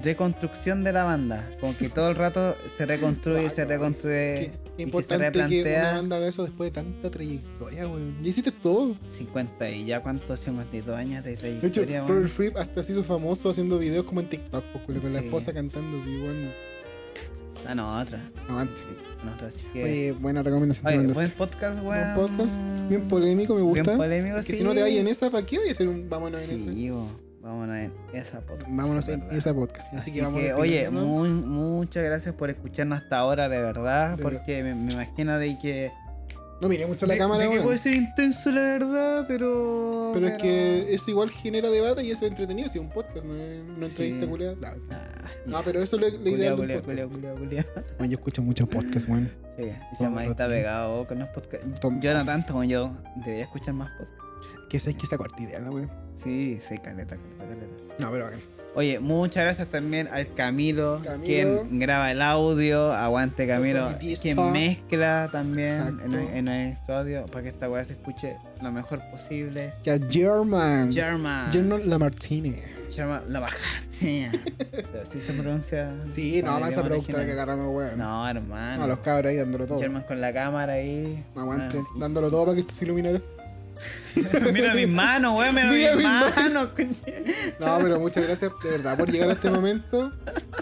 S3: reconstrucción de la banda. Como que todo el rato se reconstruye, se
S2: Qué,
S3: reconstruye.
S2: qué
S3: y que se
S2: importante que, una
S3: replantea-
S2: banda haga eso después de tanta trayectoria, güey. Ya hiciste todo.
S3: 50 y ya cuántos, 52 años de
S2: De hecho,
S3: trayectoria. weón.
S2: Robert Fripp hasta se hizo famoso haciendo videos como en TikTok, pues, culo, con la
S3: Sí.
S2: esposa cantando así, bueno.
S3: Ah, no, otra.
S2: Avante.
S3: No, otra, así que.
S2: Oye, buena recomendación.
S3: Oye,
S2: te mando.
S3: buen podcast, weón.
S2: Buen podcast, bien polémico, me gusta.
S3: Bien polémico,
S2: que
S3: sí.
S2: si no te vayas en esa, ¿para qué voy a hacer un vámonos en esa?
S3: Sí, bo. vámonos en esa podcast.
S2: Vámonos en
S3: ¿verdad?
S2: esa podcast.
S3: Así,
S2: Así,
S3: que,
S2: vamos
S3: oye,
S2: despidiéndonos.
S3: mu- muchas gracias por escucharnos hasta ahora, de verdad,
S2: De
S3: porque me, me imagino de que...
S2: No miré mucho la
S3: de-
S2: cámara,
S3: de que
S2: weón.
S3: puede ser intenso, la verdad, pero...
S2: Pero es que eso igual genera debate y eso es entretenido. Si es un podcast, no es una entrevista
S3: Sí.
S2: culiada.
S3: Ah,
S2: No, pero eso es lo- la idea
S3: culiao,
S2: del
S3: culiao,
S2: podcast.
S3: culiao, culiao, culiao.
S2: Man, yo escucho muchos podcasts, weón.
S3: Sí, y
S2: Todo el
S3: Samay está
S2: rato.
S3: pegado oh, con los podcasts.
S2: Tom-
S3: Yo no tanto, como yo debería escuchar más podcasts.
S2: Que sé que esa cuarta idea, la weón.
S3: Sí, sí, caleta, caleta, caleta.
S2: No, pero bacán.
S3: Oye, muchas gracias también al Camilo,
S2: Camilo.
S3: quien graba el audio, aguante Camilo,
S2: sonidista.
S3: quien mezcla también en,
S2: Exacto.
S3: en nuestro audio para que esta weá se escuche lo mejor posible.
S2: Que a German.
S3: German.
S2: German Lamartine.
S3: German, la baja. Sí, Así se pronuncia.
S2: Sí, no,
S3: Con
S2: más
S3: el
S2: esa
S3: idioma
S2: productora que
S3: original.
S2: agarramos, weón.
S3: No,
S2: No, los
S3: hermano.
S2: cabros ahí dándolo todo.
S3: German con la cámara ahí.
S2: Aguante,
S3: Ah.
S2: dándolo todo para que esto se iluminara.
S3: mira mis manos, weón, mira,
S2: Mira
S3: mis
S2: mis
S3: manos. coño.
S2: No, pero muchas gracias de verdad por llegar a este momento.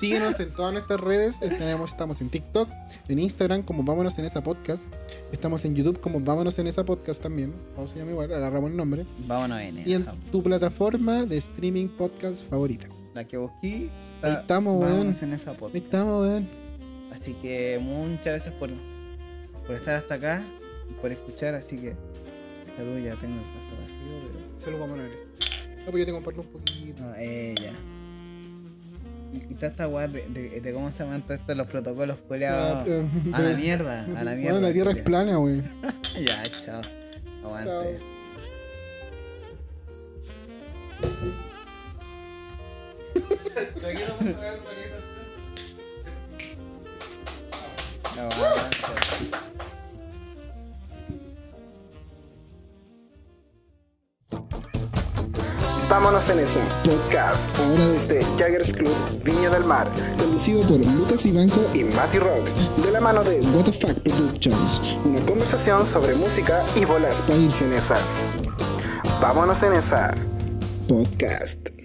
S2: Síguenos en todas nuestras redes. Tenemos, estamos en TikTok, en Instagram como Vámonos en esa podcast. Estamos en YouTube como Vámonos en esa podcast también. O se llama igual, agarramos el nombre.
S3: Vámonos en
S2: Y en
S3: esa.
S2: tu plataforma de streaming podcast favorita.
S3: La que busqué.
S2: Ahí estamos, weón.
S3: Vámonos en esa
S2: Ahí
S3: podcast.
S2: estamos, weón.
S3: Así que muchas gracias por, por estar hasta acá, y por escuchar, así que salud, ya tengo el paso vacío, pero
S2: Salud, Vámonos en esa. No, pues yo te comparto un poquito.
S3: no, eh, ya. Y, y toda esta weá de, de- de cómo se llaman todos estos los protocolos
S2: Ah,
S3: culeados.
S2: eh,
S3: A la
S2: pues,
S3: mierda, a la mierda.
S2: bueno, la tierra es
S3: culiao.
S2: plana, weón.
S3: Ya, chao. Aguante.
S2: Chao.
S3: Aguante.
S1: Vámonos en ese podcast
S2: Ahora desde.
S1: de Jaggers Club Viña del Mar
S2: Conducido por Lucas Ivanco
S1: y Matty Rock, de la mano de
S2: What the Fuck Productions.
S1: una conversación sobre música y bolas para irse en esa. Vámonos en esa
S2: Podcast.
S1: podcast.